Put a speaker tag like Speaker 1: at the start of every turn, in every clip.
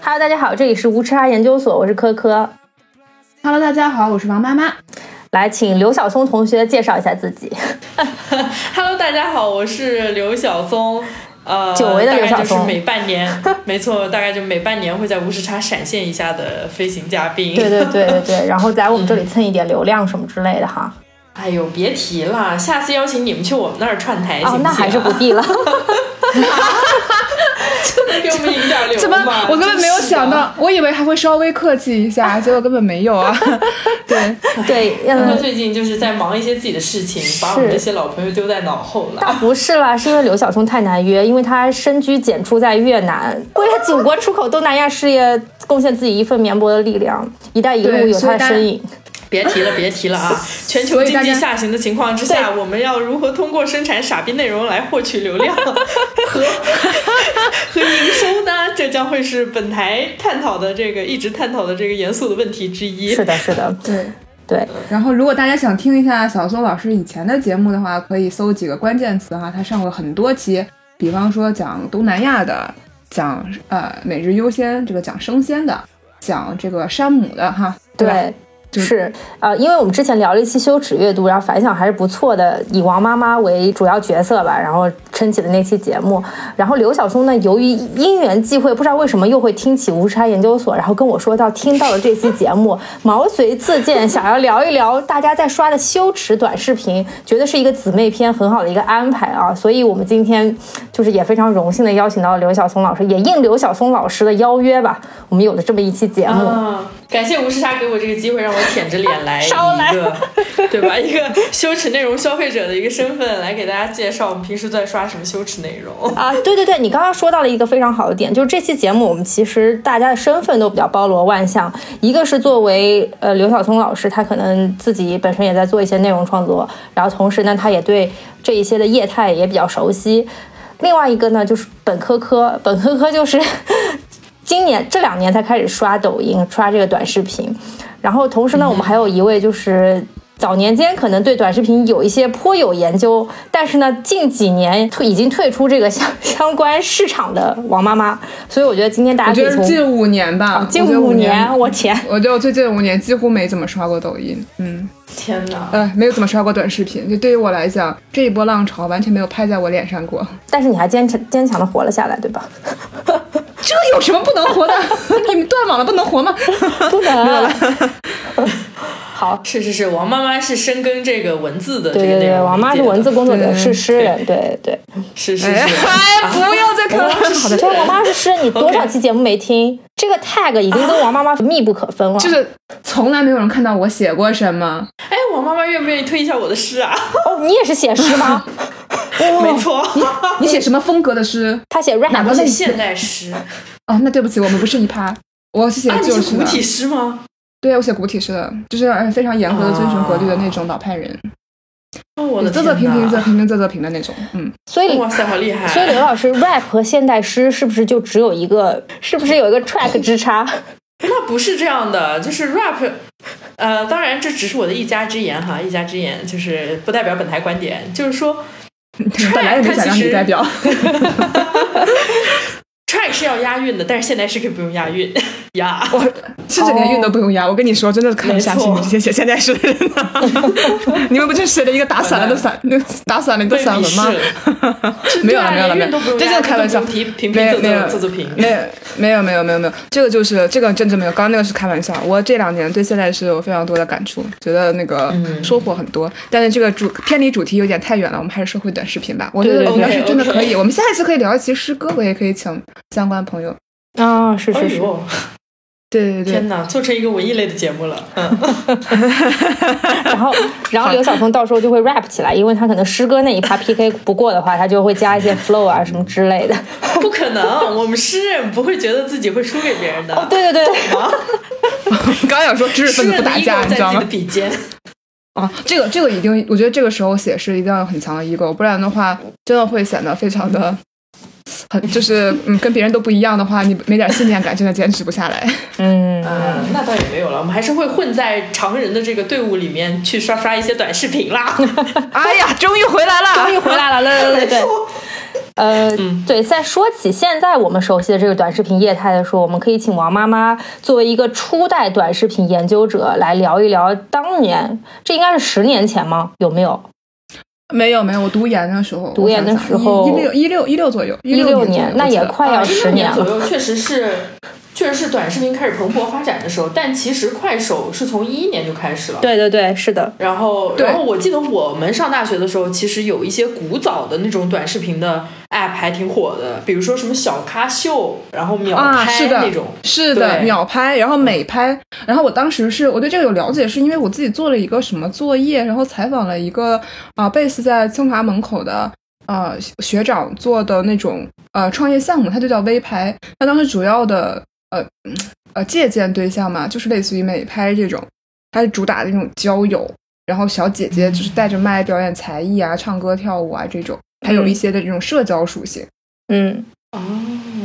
Speaker 1: Hello，大家好，这里是无吃哈研究所，我是科科。
Speaker 2: Hello，大家好，我是王妈
Speaker 3: 哎
Speaker 2: 妈。
Speaker 1: 来，请刘晓松同学介绍一下自 己。
Speaker 3: Hello，大家好，我是刘晓松。呃，
Speaker 1: 久违的刘晓松
Speaker 3: 大概就是每半年，没错，大概就每半年会在无时差闪现一下的飞行嘉宾。
Speaker 1: 对对对对对，然后在我们这里蹭一点流量什么之类的 哈。
Speaker 3: 哎呦，别提了，下次邀请你们去我们那儿串台行啊
Speaker 1: 哦，
Speaker 3: 行、
Speaker 1: 那还
Speaker 2: 啊
Speaker 1: 是不必 了。
Speaker 3: 给我们引点流
Speaker 2: 怎么
Speaker 3: 嘛？？
Speaker 2: 我根本没有想
Speaker 3: 真是的。
Speaker 2: 到，我以为还会稍微客气一 下，结果根本没有啊。对，
Speaker 1: 对，
Speaker 3: 他们
Speaker 1: 嗯，
Speaker 3: 最近就是在忙一些自己的事情，把我们这些老朋友丢在脑后
Speaker 1: 倒
Speaker 3: 了。
Speaker 1: 不是啦，是因为刘晓松太难约，因为他深居简出在越南，为他祖国出口东南亚事业贡献自己一份绵薄的力量，“一带一路”
Speaker 2: 对
Speaker 1: 有他
Speaker 2: 所
Speaker 1: 的
Speaker 2: 以大家
Speaker 1: 身影。
Speaker 3: 别提了，别提了啊！ 全球
Speaker 2: 所以
Speaker 3: 经
Speaker 2: 大
Speaker 3: 济
Speaker 2: 家
Speaker 3: 下行的情况之下，我们要如何通过生产傻逼内容来获取流 量和和营收呢？这将会是本台探讨的这个一直探讨的这个严肃的问题之一。
Speaker 1: 是的，是的，
Speaker 2: 对。
Speaker 1: 对，
Speaker 2: 然后，如果大家想听一下小松老师以前的节目的话，可以搜几个关键词哈，他上过很多期，比方说讲东南亚的，讲呃每日优先这个讲生鲜的，讲这个山姆的哈，吧？
Speaker 1: 对。，
Speaker 2: 就是
Speaker 1: 呃，因为我们之前聊了一期羞耻阅读，然后反响还是不错的，以王妈妈为主要角色吧，然后撑起的那期节目。然后刘晓松呢，由于因缘际会，不知道为什么又会听起无差研究所，然后跟我说到听到了这期节目，毛遂自荐，想要聊一聊大家在刷的羞耻短视频，觉得是一个姊妹篇很好的一个安排啊。所以我们今天就是也非常荣幸的邀请到了刘晓松老师，也应刘晓松老师的邀约吧，我们有了这么一期节目。
Speaker 3: 啊！感谢吴世莎给我这个机会，让我舔着脸 来
Speaker 1: 少来
Speaker 3: 一个，对吧？一个羞耻内容消费者的一个身份来给大家介绍我们平时在刷什么羞耻内容。
Speaker 1: 啊，对对对，你刚刚说到了一个非常好的点，就是这期节目我们其实大家的身份都比较包罗万象，一个是作为呃刘晓松老师，他可能自己本身也在做一些内容创作，然后同时呢，他也对这一些的业态也比较熟悉。另外一个呢，就是本科科，本科科就是今年这两年才开始刷抖音，刷这个短视频。然后同时呢，我们还有一位就是早年间可能对短视频有一些颇有研究，但是呢，近几年退已经退出这个相相关市场的王妈妈。所以我觉得今天大
Speaker 2: 我
Speaker 1: 家可
Speaker 2: 觉
Speaker 1: 以
Speaker 2: 得
Speaker 1: 从
Speaker 2: 哦近五年吧，
Speaker 1: 近
Speaker 2: 我觉得
Speaker 1: 五
Speaker 2: 五
Speaker 1: 年，我天，
Speaker 2: 我就最近五年几乎没怎么刷过抖音，嗯，
Speaker 3: 天哪！
Speaker 2: 呃，没有怎么刷过短视频。就对于我来讲，这一波浪潮完全没有拍在我脸上过。
Speaker 1: 但是你还坚持坚强的活了下来，对吧？
Speaker 2: 这有什么不能活的？ 你们断网了不能活吗？
Speaker 1: 不能。
Speaker 2: 哎
Speaker 1: 好，
Speaker 3: 是是是，王妈妈是深耕这个文字的这
Speaker 1: 对
Speaker 3: 个
Speaker 1: 对
Speaker 3: 内
Speaker 1: 对，
Speaker 3: 容
Speaker 1: 王妈
Speaker 3: 理
Speaker 1: 是
Speaker 3: 解的
Speaker 1: 文字，工作者，
Speaker 2: 嗯
Speaker 1: 是诗人，对对。
Speaker 3: 是是
Speaker 2: 哎
Speaker 3: 是，，
Speaker 2: 不要再客气了。好的
Speaker 1: 对，我妈是诗人，你多少期节目没听？这个 tag 已经跟王妈妈密不可分了。
Speaker 2: 就是从来没有人看到我写过什么，
Speaker 3: 哎，王妈妈愿不愿意推一下我的诗啊？
Speaker 1: 哦，你也是写诗吗？
Speaker 3: 没错，
Speaker 2: 你写什么风格的诗？
Speaker 1: 她写 rap，
Speaker 2: 哪
Speaker 3: 我
Speaker 2: 个
Speaker 3: 是
Speaker 2: 类
Speaker 3: 现代诗啊？
Speaker 2: 哦，那对不起，我们不是一趴。我是写
Speaker 3: 你
Speaker 2: 旧
Speaker 3: 是
Speaker 2: 诗
Speaker 3: 古
Speaker 2: 的，
Speaker 3: 体诗吗？
Speaker 2: 对我写古体诗的，就是呃非常严格的遵循国律的那种老派人，
Speaker 3: 哦，我的
Speaker 2: 仄仄平
Speaker 3: 天
Speaker 2: 平，
Speaker 3: 哪
Speaker 2: 仄平平，仄仄平的那种。嗯，
Speaker 1: 所以
Speaker 3: 哇塞，好厉害！
Speaker 1: 所以刘老师 rap 和现代诗是不是就只有一个？是不是有一个 track 之差？
Speaker 3: 那不是这样的，就是 rap，呃，当然这只是我的一家之言哈，一家之言就是不代表本台观点，就是说
Speaker 2: 本来也没想让你代表。
Speaker 3: track 是要押韵的，但是现代诗可以不用押韵呀。
Speaker 2: 我甚至连运都不用押。我跟你说，真的看不下去
Speaker 3: 没
Speaker 2: 你
Speaker 3: 错
Speaker 2: 这些写现代诗的人、 你们不就写了一个打散了的散，那打散了的
Speaker 3: 被
Speaker 2: 散
Speaker 3: 鄙
Speaker 2: 文吗
Speaker 3: 视？就
Speaker 2: 没
Speaker 3: 对
Speaker 2: 有
Speaker 3: 啊
Speaker 2: 了，没有了，
Speaker 3: 连
Speaker 2: 没有
Speaker 3: 韵都不
Speaker 2: 了，
Speaker 3: 用
Speaker 2: 这
Speaker 3: 押
Speaker 2: 就是开玩笑，
Speaker 3: 就不用提平
Speaker 2: 没
Speaker 3: 平
Speaker 2: 有，没
Speaker 3: 仄
Speaker 2: 有
Speaker 3: 仄，仄仄平。
Speaker 2: 没有，没有，没有，没有，没有，这个就是这个真正没有。刚刚那个是开玩笑，我这两年对现代诗有非常多的感触，觉得那个
Speaker 3: 嗯
Speaker 2: 收获很多。但是这个主偏离主题有点太远了，我们还是说回短视频吧。我觉
Speaker 1: 对
Speaker 2: 得
Speaker 1: 对
Speaker 2: 我们要
Speaker 3: 对
Speaker 2: 是真的
Speaker 3: OK，OK
Speaker 2: 可以，我们下一次可以聊一期诗歌，我也可以请相关朋友。
Speaker 1: 啊，是
Speaker 3: 哎
Speaker 1: 是是。
Speaker 3: 呦，
Speaker 2: 对对对
Speaker 3: 天，哪，做成一个文艺类的节 目了。嗯，
Speaker 1: 然后，然后刘晓松到时候就会 rap 起来，因为他可能诗歌那一趴 PK 不过的话，他就会加一些 flow 啊什么之类的。
Speaker 3: 不可能，我们诗人不会觉得自己会输给别人的。
Speaker 1: 对对对，
Speaker 2: 刚刚想说知识
Speaker 3: 诗
Speaker 2: 哦分子
Speaker 3: 人
Speaker 2: 不打
Speaker 3: 的 ego
Speaker 2: 架，你
Speaker 3: 在
Speaker 2: 知道
Speaker 3: 自己
Speaker 2: 吗
Speaker 3: 的？笔尖。
Speaker 2: 啊，这个这个一定，我觉得这个时候写诗一定要有很强的 ego，不然的话，真的会显得非常的很，就是嗯，跟别人都不一样的话，你没点信念感，真的坚持不下来。
Speaker 1: 嗯，
Speaker 3: 嗯，那倒也没有了，我们还是会混在常人的这个队伍里面 去刷刷一些短视频啦。
Speaker 2: 哎呀，终于回来了
Speaker 1: 终于回来了，对对对对。呃，
Speaker 3: 嗯
Speaker 1: 对，在说起现在我们熟悉的这个短视频业态的时候，我们可以请王妈妈作为一个初代短视频研究者来聊一聊当年，这应该是十年前吗？有没有？
Speaker 2: 没有没有，我读研的时候，
Speaker 1: 读研的时候
Speaker 2: 一六一六一六左右，
Speaker 1: 一
Speaker 2: 六
Speaker 1: 年
Speaker 2: 左右，
Speaker 1: 那也快要
Speaker 3: 啊
Speaker 1: 十
Speaker 3: 16年
Speaker 1: 了
Speaker 3: 左。右，确实是，确实是短视频开始蓬勃发展的时候。但其实快手是从一一年就开始了。
Speaker 1: 对对对，是的，
Speaker 3: 然后，
Speaker 2: 对
Speaker 3: 然后我记得我们上大学的时候，其实有一些古早的那种短视频的 app 还挺火的，比如说什么小咖秀，然后秒
Speaker 2: 啊，
Speaker 3: 拍
Speaker 2: 是的
Speaker 3: 那种。，
Speaker 2: 是的，
Speaker 3: 对嗯
Speaker 2: 秒拍，然后美拍，然后我当时是我对这个有了解，是因为我自己做了一个什么作业，然后采访了一个啊、贝斯在清华门口的呃学长做的那种呃创业项目，它就叫微拍，它当时主要的呃嗯呃借鉴对象嘛，就是类似于美拍这种，它是主打的那种交友，然后小姐姐
Speaker 3: 嗯
Speaker 2: 就是带着麦表演才艺啊、唱歌跳舞啊这种，还
Speaker 3: 嗯
Speaker 2: 有一些的这种社交属性。
Speaker 1: 嗯，
Speaker 3: 哦，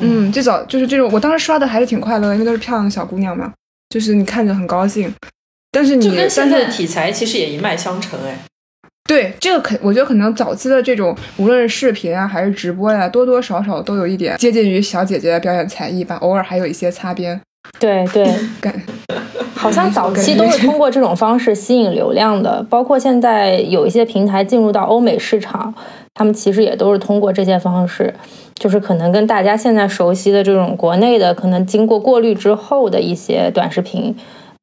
Speaker 2: 嗯，最早就是这种，我当时刷的还是挺快乐的，因为都是漂亮的小姑娘嘛，就是你看着很高兴。但是你
Speaker 3: 就，跟
Speaker 2: 但
Speaker 3: 现在的
Speaker 2: 是
Speaker 3: 题材其实也一脉相承哎。
Speaker 2: 对这个肯，我觉得可能早期的这种，无论是视频啊还是直播呀、多多少少都有一点接近于小姐姐表演才艺吧，偶尔还有一些擦边。
Speaker 1: 对对，
Speaker 2: 感
Speaker 1: 好像早期都是通过这种方式吸引流量的，包括现在有一些平台进入到欧美市场，他们其实也都是通过这些方式，就是可能跟大家现在熟悉的这种国内的，可能经过过滤之后的一些短视频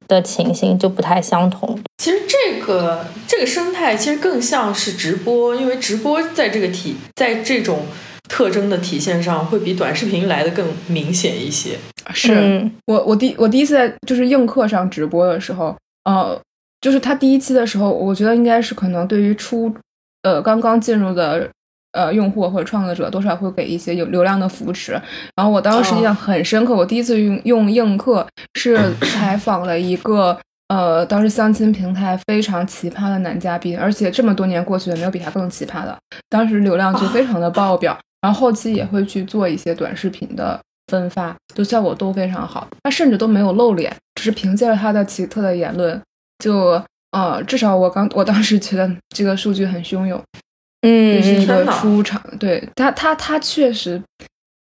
Speaker 1: 的情形就不太相同。
Speaker 3: 其实这个这个生态其实更像是直播，因为直播在这个体在这种特征的体现上，会比短视频来的更明显一些。
Speaker 2: 是、
Speaker 1: 嗯
Speaker 2: 我我第我第一次在就是映客上直播的时候，呃，就是他第一期的时候，我觉得应该是可能对于初呃刚刚进入的呃用户或者创作者，多少会给一些有流量的扶持。然后我当时印象很深刻，我第一次用用映客是采访了一个。呃，当时相亲平台非常奇葩的男嘉宾，而且这么多年过去也没有比他更奇葩的。当时流量就非常的爆表，然后后期也会去做一些短视频的分发，就效果都非常好。他甚至都没有露脸，只是凭借着他的奇特的言论，就呃，至少我刚我当时觉得这个数据很汹涌，这
Speaker 1: 嗯
Speaker 2: 是一
Speaker 1: 嗯
Speaker 2: 个
Speaker 3: 天哪
Speaker 2: 出场。对他，他他确实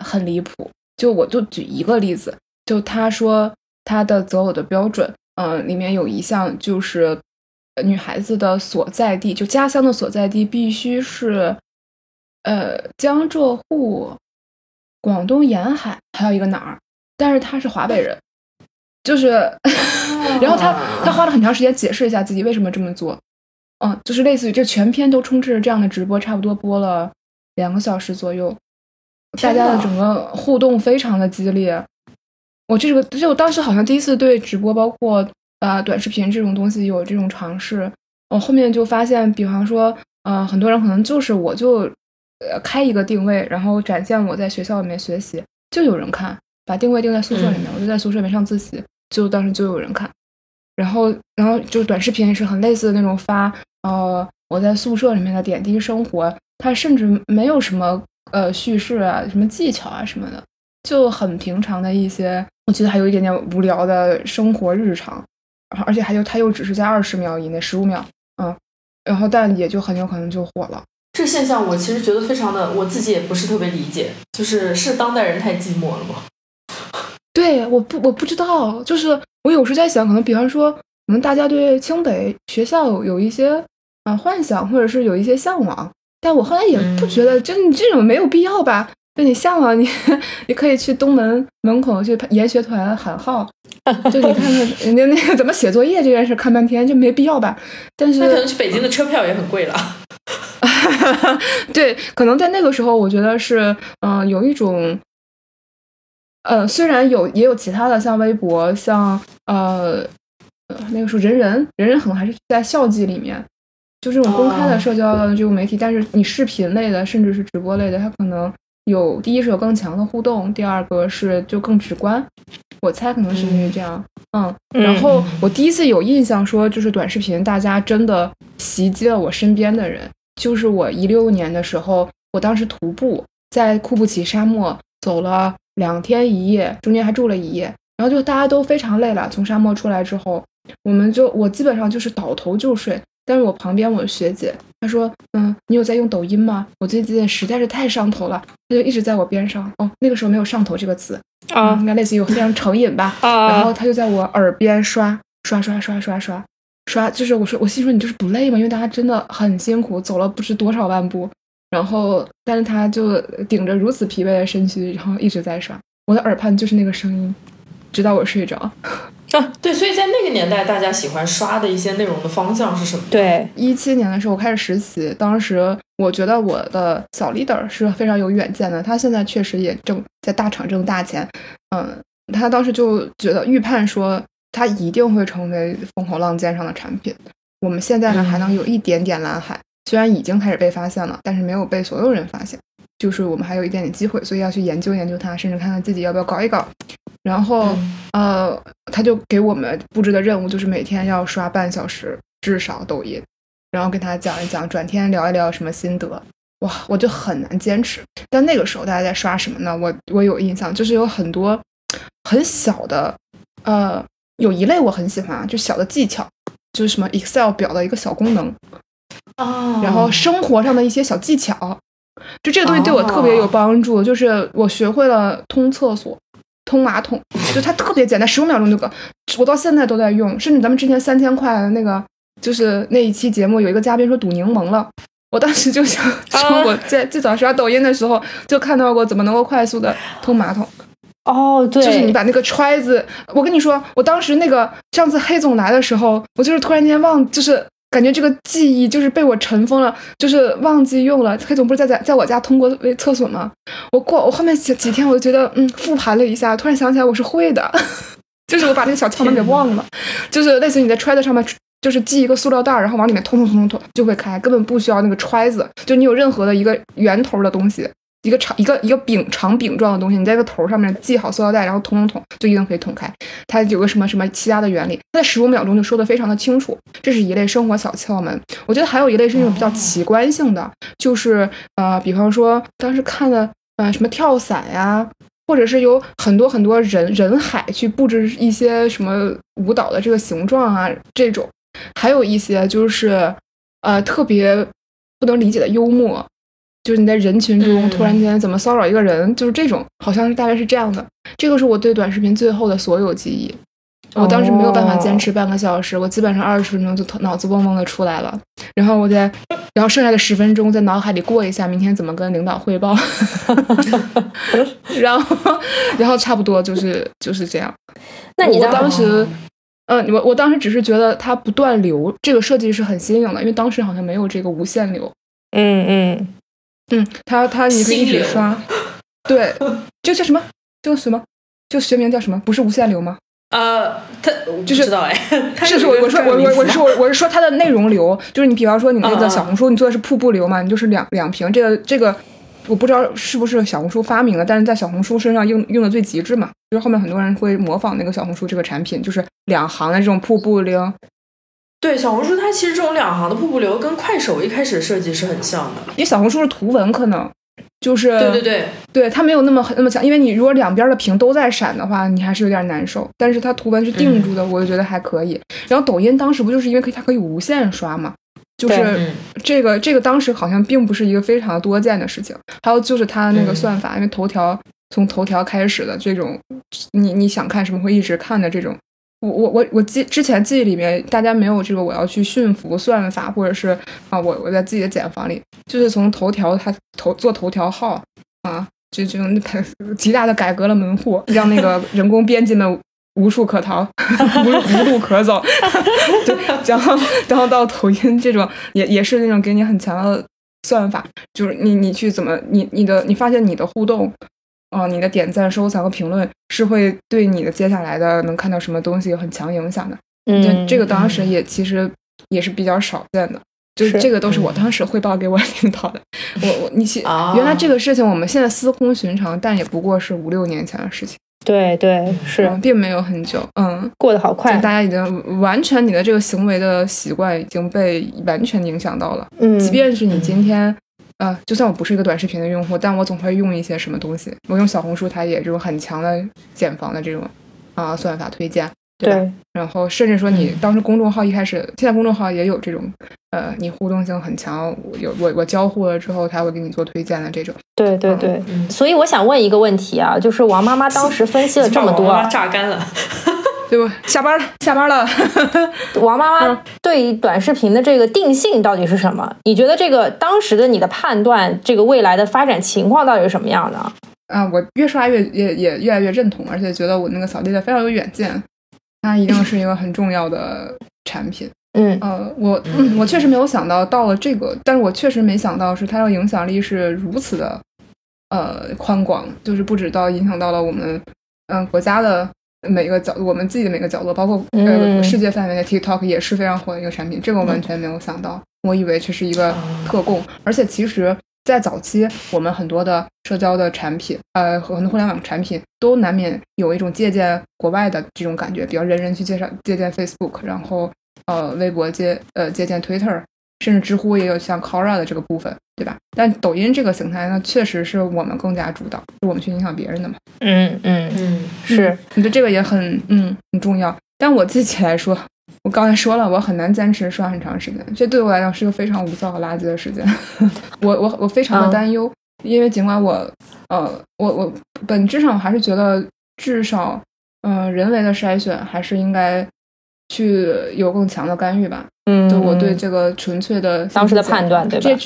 Speaker 2: 很离谱。就我就举一个例子，就他说他的择偶的标准，嗯、里面有一项就是呃女孩子的所在地，就家乡的所在地必须是呃江浙沪、广东沿海，还有一个哪儿，但是他是华北人，就是， 然后他他花了很长时间解释一下自己为什么这么做，嗯，就是类似于这全篇都充斥着这样的直播，差不多播了两个小时左右，大
Speaker 3: 天
Speaker 2: 家的
Speaker 3: 哪
Speaker 2: 整个互动非常的激烈。我这个，就我当时好像第一次对直播，包括呃短视频这种东西有这种尝试。我嗯后面就发现，比方说，呃，很多人可能就是我就呃开一个定位，然后展现我在学校里面学习，就有人看，把定位定在宿舍里面，我就在宿舍里面上自习，就当时就有人看。然后，然后就短视频也是很类似的那种发，呃，我在宿舍里面的点滴生活，它甚至没有什么呃叙事啊、什么技巧啊什么的，就很平常的一些，我觉得还有一点点无聊的生活日常，然后而且还有它又只是在二十秒以内、十五秒，嗯，然后但也就很有可能就火了。
Speaker 3: 这现象我其实觉得非常的，我自己也不是特别理解，就是是当代人太寂寞了吗？
Speaker 2: 对，我不我不知道，就是我有时在想，可能比方说，可能大家对清北学校有有一些啊、呃幻想，或者是有一些向往，但我后来也不觉得，就是你这种没有必要吧。就你向往，你 你可以去东门门口去研学团喊号， 就你看看人家那个怎么写作业这件事，看半天就没必要吧。但是
Speaker 3: 那可能去北京的车票也很贵了。
Speaker 2: 对，可能在那个时候，我觉得是，嗯、有一种，呃，虽然有也有其他的，像微博，像呃，呃那个时候人人人人可能还是在校际里面，就这种公开的
Speaker 3: 哦
Speaker 2: 社交的这种媒体，但是你视频类的，甚至是直播类的，它可能有第一是有更强的互动，第二个是就更直观，我猜可能是因为这样，嗯
Speaker 1: 嗯
Speaker 2: 然后我第一次有印象说，就是短视频，大家真的袭击了我身边的人。就是我一六年的时候，我当时徒步在库布齐沙漠走了两天一夜，中间还住了一夜，然后就大家都非常累了。从沙漠出来之后，我们就我基本上就是倒头就睡，但是我旁边我学姐她说，嗯，你有在用抖音吗？我最近实在是太上头了，她就一直在我边上。哦，那个时候没有“上头”这个词，嗯
Speaker 1: 啊
Speaker 2: 应该类似于我非常成瘾吧。然后
Speaker 1: 啊
Speaker 2: 她就在我耳边刷刷刷刷刷刷刷，就是我说我心说你就是不累吗？因为大家真的很辛苦，走了不知多少万步。然后，但是她就顶着如此疲惫的身躯，然后一直在刷。我的耳畔就是那个声音，直到我睡着。
Speaker 3: 啊对，所以在那个年代，大家喜欢刷的一些内容的方向是什么？
Speaker 1: 对，
Speaker 2: 一七年的时候，我开始实习，当时我觉得我的小 leader 是非常有远见的，他现在确实也挣在大厂挣大钱，嗯，他当时就觉得预判说他一定会成为风口浪尖上的产品。我们现在呢
Speaker 3: 嗯
Speaker 2: 还能有一点点蓝海，虽然已经开始被发现了，但是没有被所有人发现，就是我们还有一点点机会，所以要去研究研究它，甚至看看自己要不要搞一搞。然后，呃，他就给我们布置的任务就是每天要刷半小时至少抖音，然后跟他讲一讲，转天聊一聊什么心得。哇，我就很难坚持。但那个时候大家在刷什么呢？我我有印象，就是有很多很小的，呃，有一类我很喜欢啊，就小的技巧，就是什么 Excel 表的一个小功能，
Speaker 3: 哦
Speaker 2: 然后生活上的一些小技巧，就这个东西对我特别有帮助。就是我学会了通厕所、通马桶，就它特别简单，十五秒钟就搞，我到现在都在用。甚至咱们之前三千块的那个，就是那一期节目有一个嘉宾说堵柠檬了。我当时就想 说，我在最早刷抖音的时候就看到过怎么能够快速的通马桶，
Speaker 1: 哦，对，
Speaker 2: 就是你把那个揣子，我跟你说，我当时那个上次黑总来的时候，我就是突然间忘，就是感觉这个记忆就是被我尘封了，就是忘记用了。黑总不是在在在我家通过卫厕所吗？我过我后面几几天我就觉得，嗯，复盘了一下，突然想起来我是会的， 就是我把这个小窍门给忘了，就是类似于你在揣子上面。就是系一个塑料袋儿，然后往里面通通通通通就会开，根本不需要那个揣子。就你有任何的一个圆头的东西，一个长一个一个饼长饼状的东西，你在这个头上面系好塑料袋，然后捅捅捅，就一定可以捅开。它有个什么什么其他的原理，它在十五秒钟就说的非常的清楚。这是一类生活小窍门。我觉得还有一类是那种比较奇观性的，就是呃，比方说当时看的呃什么跳伞呀、或者是有很多很多人人海去布置一些什么舞蹈的这个形状啊，这种，还有一些就是呃特别不能理解的幽默，就是你在人群中
Speaker 3: 嗯
Speaker 2: 突然间怎么骚扰一个人，就是这种，好像是大概是这样的。这个是我对短视频最后的所有记忆。我当时没有办法坚持半个小时，我基本上二十分钟就头脑子嗡嗡的出来了，然后我再，然后剩下的十分钟在脑海里过一下明天怎么跟领导汇报，然后然后差不多就是就是这样。
Speaker 1: 那你
Speaker 2: 我
Speaker 1: 在
Speaker 2: 当时，嗯，我我当时只是觉得它不断流这个设计是很新颖的，因为当时好像没有这个无限流，
Speaker 1: 嗯嗯，
Speaker 2: 嗯，它它你可以一
Speaker 3: 心
Speaker 2: 直
Speaker 3: 流
Speaker 2: 刷，对，就叫什么，就什么，就学名叫什么？不是无限流吗？
Speaker 3: 呃，他我不
Speaker 2: 就是
Speaker 3: 知道哎，他
Speaker 2: 是是，
Speaker 3: 有
Speaker 2: 我
Speaker 3: 一个
Speaker 2: 我说我
Speaker 3: 专有
Speaker 2: 我
Speaker 3: 名
Speaker 2: 我
Speaker 3: 词
Speaker 2: 是我我是说它的内容流，就是你比方说你那
Speaker 3: 嗯
Speaker 2: 个
Speaker 3: 嗯
Speaker 2: 小红书，你做的是瀑布流嘛，你就是两两屏，这个这个我不知道是不是小红书发明的，但是在小红书身上用用的最极致嘛，就是后面很多人会模仿那个小红书这个产品，就是两行的这种瀑布流，
Speaker 3: 对小红书，它其实这种两行的瀑布流跟快手一开始设计是很像的。
Speaker 2: 因为小红书是图文，可能就是
Speaker 1: 嗯
Speaker 3: 对对对，
Speaker 2: 对它没有那么那么强，因为你如果两边的屏都在闪的话，你还是有点难受。但是它图文是
Speaker 3: 嗯
Speaker 2: 定住的，我就觉得还可以。然后抖音当时不就是因为可以它可以无限刷嘛，就
Speaker 1: 对
Speaker 2: 是
Speaker 3: 嗯，
Speaker 2: 这个这个当时好像并不是一个非常多见的事情。还有就是它那个
Speaker 3: 嗯
Speaker 2: 算法，因为头条从头条开始的这种，你你想看什么会一直看的这种。我我我我记之前记忆里面，大家没有这个我要去驯服算法，或者是啊，我我在自己的茧房里，就是从头条它头做头条号啊，这这种极大的改革了门户，让那个人工编辑们无处可逃，无 无路可走。 对，然后然后到抖音这种也也是那种嗯给你很强的算法，就是你你去怎么你你的你发现你的互动。啊、你的点赞、收藏和评论是会对你的接下来的能看到什么东西有很强影响的。就
Speaker 1: 嗯，
Speaker 2: 这个当时也其实也是比较少见的，就是
Speaker 1: 是
Speaker 2: 这个都是我当时汇报给我领导的。我我你 其
Speaker 3: 啊
Speaker 2: 原来这个事情我们现在司空寻常，但也不过是五六年前的事情，
Speaker 1: 对对是
Speaker 2: 嗯并没有很久。嗯，
Speaker 1: 过得好
Speaker 2: 就
Speaker 1: 快
Speaker 2: 大，家已经完全你的这个行为的习惯已经被完全影响到了，
Speaker 1: 嗯，
Speaker 2: 即便是你今天。呃，就算我不是一个短视频的用户，但我总会用一些什么东西。我用小红书，它也有这种很强的减防的这种啊、算法推荐。对吧
Speaker 1: 对
Speaker 2: 然后甚至说
Speaker 1: 嗯
Speaker 2: 你当时公众号一开始，现在公众号也有这种，呃，你互动性很强，我有我我交互了之后，他会给你做推荐的这种。
Speaker 1: 对对对，
Speaker 3: 嗯
Speaker 1: 所以我想问一个问题啊，就是王妈妈当时分析了这么
Speaker 3: 把
Speaker 1: 多
Speaker 3: 娃
Speaker 1: 啊
Speaker 3: 娃，榨干了。
Speaker 2: 对吧？下班了，下班了。
Speaker 1: 王妈
Speaker 2: 嗯
Speaker 1: 妈对于短视频的这个定性到底是什么？你觉得这个当时的你的判断，这个未来的发展情况到底是什么样的？
Speaker 2: 啊，我越刷越也也越来越认同，而且觉得我那个扫地的非常有远见，它一定是一个很重要的产品。
Speaker 1: 嗯
Speaker 2: 呃，我、嗯我确实没有想到到了这个，但是我确实没想到是它的影响力是如此的呃宽广，就是不止到影响到了我们嗯、国家的每个角，我们自己的每个角落，包括呃
Speaker 1: 嗯
Speaker 2: 世界范围内 TikTok 也是非常火的一个产品，这个我完全没有想到，我以为这是一个特供，而且其实。在早期，我们很多的社交的产品，呃，和很多互联网产品都难免有一种借鉴国外的这种感觉，比如人人去介绍借鉴 Facebook，然后呃微博借呃借鉴 Twitter，甚至知乎也有像 Quora 的这个部分，对吧？但抖音这个形态呢，确实是我们更加主导，是我们去影响别人的嘛。
Speaker 1: 嗯嗯，
Speaker 3: 嗯，
Speaker 1: 是
Speaker 2: 嗯，你的这个也很嗯很重要。但我自己来说，我刚才说了，我很难坚持刷很长时间，这对我来讲是个非常无噪和垃圾的时间。 我我我非常的
Speaker 1: 嗯
Speaker 2: 担忧，因为尽管我呃我我本质上我还是觉得至少嗯、呃人为的筛选还是应该去有更强的干预吧。
Speaker 1: 嗯，
Speaker 2: 对我对这个纯粹的信
Speaker 1: 当时
Speaker 2: 息
Speaker 1: 的
Speaker 2: 茧
Speaker 1: 判断
Speaker 2: 房
Speaker 1: 对
Speaker 2: 这
Speaker 1: 吧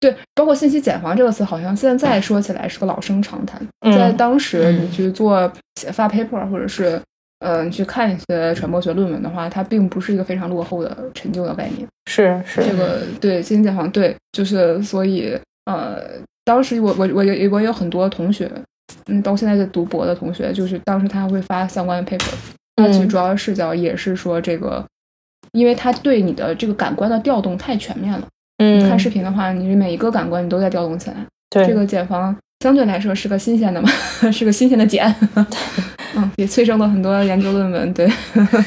Speaker 2: 这对，包括信息茧房这个词，好像现在说起来是个老生常谈。
Speaker 1: 嗯
Speaker 2: 在当时，
Speaker 3: 嗯
Speaker 2: 你去做写发 paper 或者是呃，你去看一些传播学论文的话，它并不是一个非常落后的陈旧的概念。
Speaker 1: 是是，
Speaker 2: 这个对信息茧房，对，就是所以呃，当时我我我有我有很多同学，嗯，包括现在在读博的同学，就是当时他会发相关的 paper，他其实
Speaker 1: 嗯
Speaker 2: 主要的视角也是说这个，因为他对你的这个感官的调动太全面了。
Speaker 1: 嗯，
Speaker 2: 看视频的话，你每一个感官你都在调动起来。
Speaker 1: 对
Speaker 2: 这个茧房相对来说是个新鲜的嘛， 是个新鲜的茧， 嗯，也催生了很多研究论 文。对，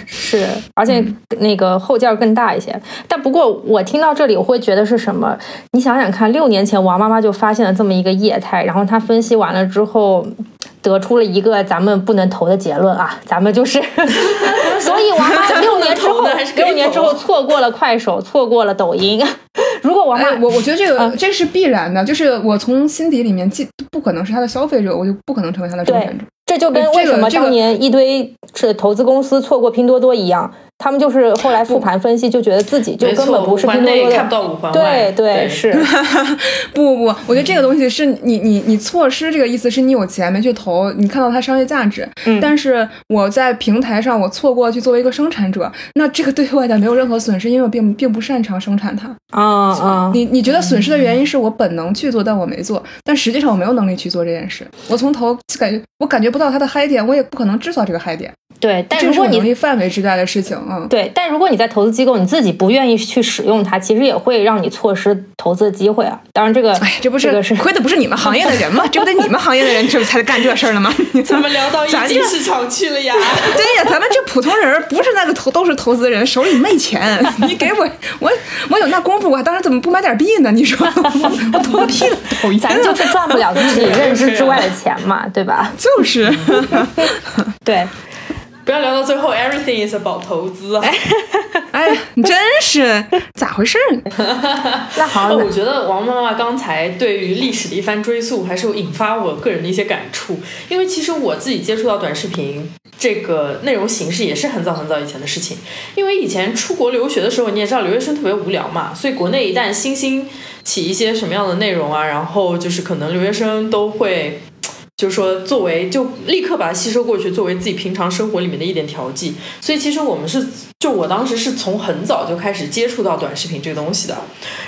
Speaker 1: 是，而且
Speaker 3: 嗯
Speaker 1: 那个后劲儿更大一些。但不过我听到这里，我会觉得是什么？你想想看，六年前王妈妈就发现了这么一个业态，然后她分析完了之后，得出了一个咱们不能投的结论啊，咱们就是， 所以王妈妈六年之后
Speaker 3: 咱们不能投的还是，可以投
Speaker 1: 六年之后错过了快手，错过了抖音。如果王妈
Speaker 2: 哎，我我觉得这
Speaker 1: 啊
Speaker 2: 个这是必然的，就是我从心底里面既不可能是他的消费者，我就不可能成为他的生产者。
Speaker 1: 这就跟
Speaker 3: 哎
Speaker 2: 这个
Speaker 1: 为什么
Speaker 2: 这个
Speaker 1: 当年一堆是投资公司错过拼多多一样，他们就是后来复盘分析，就觉得自己就
Speaker 3: 没
Speaker 1: 根本
Speaker 3: 错，
Speaker 1: 不
Speaker 3: 五
Speaker 1: 是
Speaker 3: 环
Speaker 1: 拼多多
Speaker 3: 内看
Speaker 1: 的
Speaker 3: 不。到五环外。
Speaker 1: 对对是，
Speaker 2: 不不不，我觉得这个东西是你你你错失这个意思是你有钱没去投，你看到它商业价值，
Speaker 1: 嗯
Speaker 2: 但是我在平台上我错过去作为一个生产者，那这个对我来讲没有任何损失，因为我并并不擅长生产它。
Speaker 1: 啊
Speaker 2: 嗯
Speaker 1: 啊，
Speaker 2: 你你觉得损失的原因是我本能去做，但我没做，但实际上我没有能力去做这件事。我从头感觉我感觉不到它的嗨点，我也不可能制造这个嗨点，
Speaker 1: 对。但
Speaker 2: 这个
Speaker 1: 如
Speaker 2: 是
Speaker 1: 果
Speaker 2: 我
Speaker 1: 你
Speaker 2: 能力范围之外的事情。嗯，
Speaker 1: 对，但如果你在投资机构，你自己不愿意去使用它，其实也会让你错失投资的机会啊。当然，这个
Speaker 2: 哎，这不是,、
Speaker 1: 这 个是
Speaker 2: 亏的不是你们行业的人吗？这不得你们行业的人这不才干这事儿 了吗？
Speaker 3: 怎么聊到一
Speaker 2: 咱
Speaker 3: 级
Speaker 2: 这
Speaker 3: 市场去了呀？
Speaker 2: 对呀，咱们这普通人儿不是那个投都是投资人，手里没钱。你给我我我有那功夫，我当时怎么不买点币呢？你说 我我投个屁呢？ 抖音啊
Speaker 1: 咱就是赚不了自己认知之外的钱嘛，对吧？
Speaker 2: 就是。
Speaker 1: 对，
Speaker 3: 不要聊到最后，everything is about 投 资啊。
Speaker 2: 哎呀，你真是咋回事儿？
Speaker 1: 那好，
Speaker 3: 哦
Speaker 1: 那
Speaker 3: 我觉得王妈妈刚才对于历史的一番追溯，还是有引发我个人的一些感触。因为其实我自己接触到短视频这个内容形式，也是很早很早以前的事情。因为以前出国留学的时候，你也知道留学生特别无聊嘛，所以国内一旦新兴起一些什么样的内容啊，然后就是可能留学生都会。就是说，作为就立刻把它吸收过去，作为自己平常生活里面的一点调剂。所以其实我们是，就我当时是从很早就开始接触到短视频这个东西的。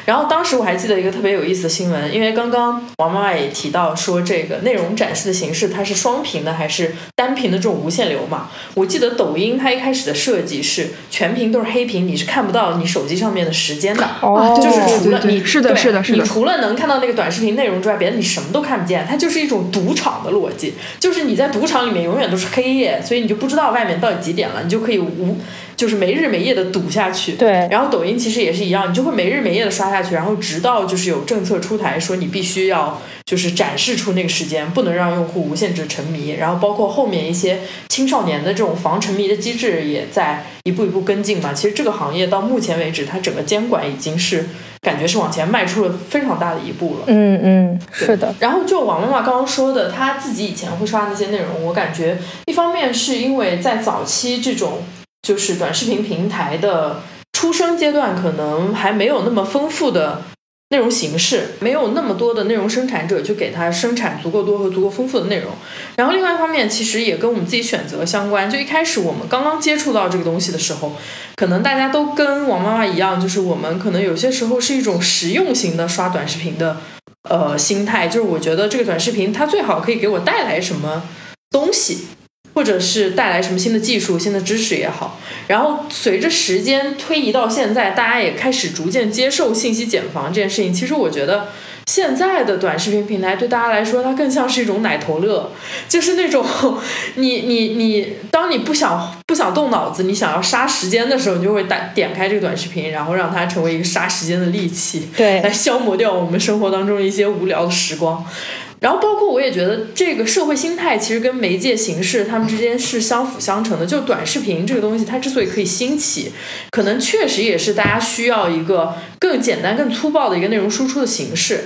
Speaker 3: 然后当时我还记得一个特别有意思的新闻，因为刚刚王妈妈也提到说，这个内容展示的形式它是双屏的还是单屏的这种无限流嘛？我记得抖音它一开始的设计是全屏都是黑屏，你是看不到你手机上面的时间的。
Speaker 1: 哦
Speaker 3: 就是
Speaker 2: 对
Speaker 3: 除了
Speaker 2: 对对
Speaker 3: 你
Speaker 2: 是的
Speaker 3: 对
Speaker 2: 是的是的
Speaker 3: 你除了能看到那个短视频内容之外，别的你什么都看不见。它就是一种赌场的逻辑，就是你在赌场里面永远都是黑夜，所以你就不知道外面到底几点了，你就可以无就是没日没夜的赌下去。
Speaker 1: 对
Speaker 3: 然后抖音其实也是一样，你就会没日没夜的刷下去，然后直到就是有政策出台说你必须要就是展示出那个时间，不能让用户无限制沉迷。然后包括后面一些青少年的这种防沉迷的机制也在一步一步跟进嘛。其实这个行业到目前为止，它整个监管已经是感觉是往前迈出了非常大的一步了。
Speaker 1: 嗯嗯，是的，
Speaker 3: 然后就王妈妈刚刚说的，她自己以前会刷那些内容，我感觉一方面是因为在早期这种就是短视频平台的出生阶段，可能还没有那么丰富的内容形式，没有那么多的内容生产者去给它生产足够多和足够丰富的内容。然后另外一方面，其实也跟我们自己选择相关。就一开始我们刚刚接触到这个东西的时候，可能大家都跟王妈妈一样，就是我们可能有些时候是一种实用型的刷短视频的呃心态，就是我觉得这个短视频它最好可以给我带来什么东西，或者是带来什么新的技术、新的知识也好。然后随着时间推移到现在，大家也开始逐渐接受信息茧房这件事情。其实我觉得。现在的短视频平台对大家来说，它更像是一种奶头乐，就是那种 你你你，当你不想不想动脑子，你想要杀时间的时候，你就会打点开这个短视频，然后让它成为一个杀时间的利器。
Speaker 1: 对
Speaker 2: 哎
Speaker 3: 来消磨掉我们生活当中一些无聊的时光。然后，包括我也觉得这个社会心态其实跟媒介形式它们之间是相辅相成的。就短视频这个东西，它之所以可以兴起，可能确实也是大家需要一个更简单、更粗暴的一个内容输出的形式。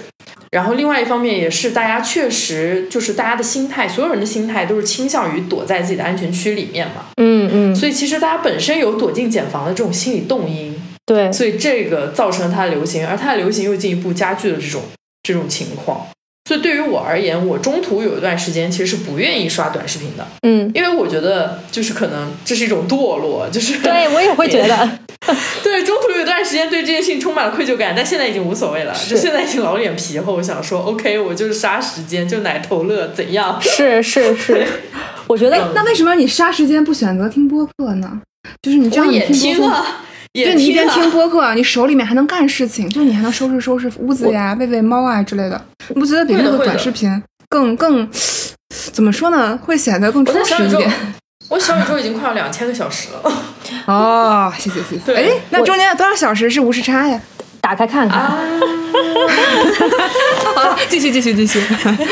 Speaker 3: 然后，另外一方面也是大家确实就是大家的心态，所有人的心态都是倾向于躲在自己的安全区里面嘛。
Speaker 1: 嗯嗯，
Speaker 3: 所以，其实大家本身有躲进茧房的这种心理动因。
Speaker 1: 对，
Speaker 3: 所以这个造成了它的流行，而它的流行又进一步加剧了这种这种情况。所以对于我而言，我中途有一段时间其实是不愿意刷短视频的，
Speaker 1: 嗯，
Speaker 3: 因为我觉得就是可能这是一种堕落，就是
Speaker 1: 对我也会觉得，
Speaker 3: 对，中途有一段时间对这件事情充满了愧疚感，但现在已经无所谓了，
Speaker 1: 是
Speaker 3: 就现在已经老脸皮厚，我想说 OK，我就是杀时间，就奶头乐怎样？
Speaker 1: 是是 是，我觉得
Speaker 2: 那为什么你杀时间不选择听播客呢？就是你这
Speaker 3: 我
Speaker 2: 样你
Speaker 3: 也
Speaker 2: 听
Speaker 3: 听
Speaker 2: 播客，
Speaker 3: 啊，
Speaker 2: 对
Speaker 3: 也
Speaker 2: 你一边
Speaker 3: 听啊
Speaker 2: 听播客，你手里面还能干事情，就是你还能收拾收拾屋子呀、喂喂猫啊之类的。你不觉得比
Speaker 3: 会的
Speaker 2: 那个
Speaker 3: 会的
Speaker 2: 短视频更更怎么说呢？会显得更
Speaker 3: 我
Speaker 2: 充
Speaker 3: 在小
Speaker 2: 实
Speaker 3: 宇
Speaker 2: 一
Speaker 3: 宙
Speaker 2: 点。，
Speaker 3: 我小宇宙已经快要两千个小时了
Speaker 2: 哦，谢谢谢谢。
Speaker 3: 对
Speaker 2: 哎，那中间有多少小时是无时差 呀？
Speaker 1: 打开看看。
Speaker 3: 啊！
Speaker 2: 好，继续继续继续。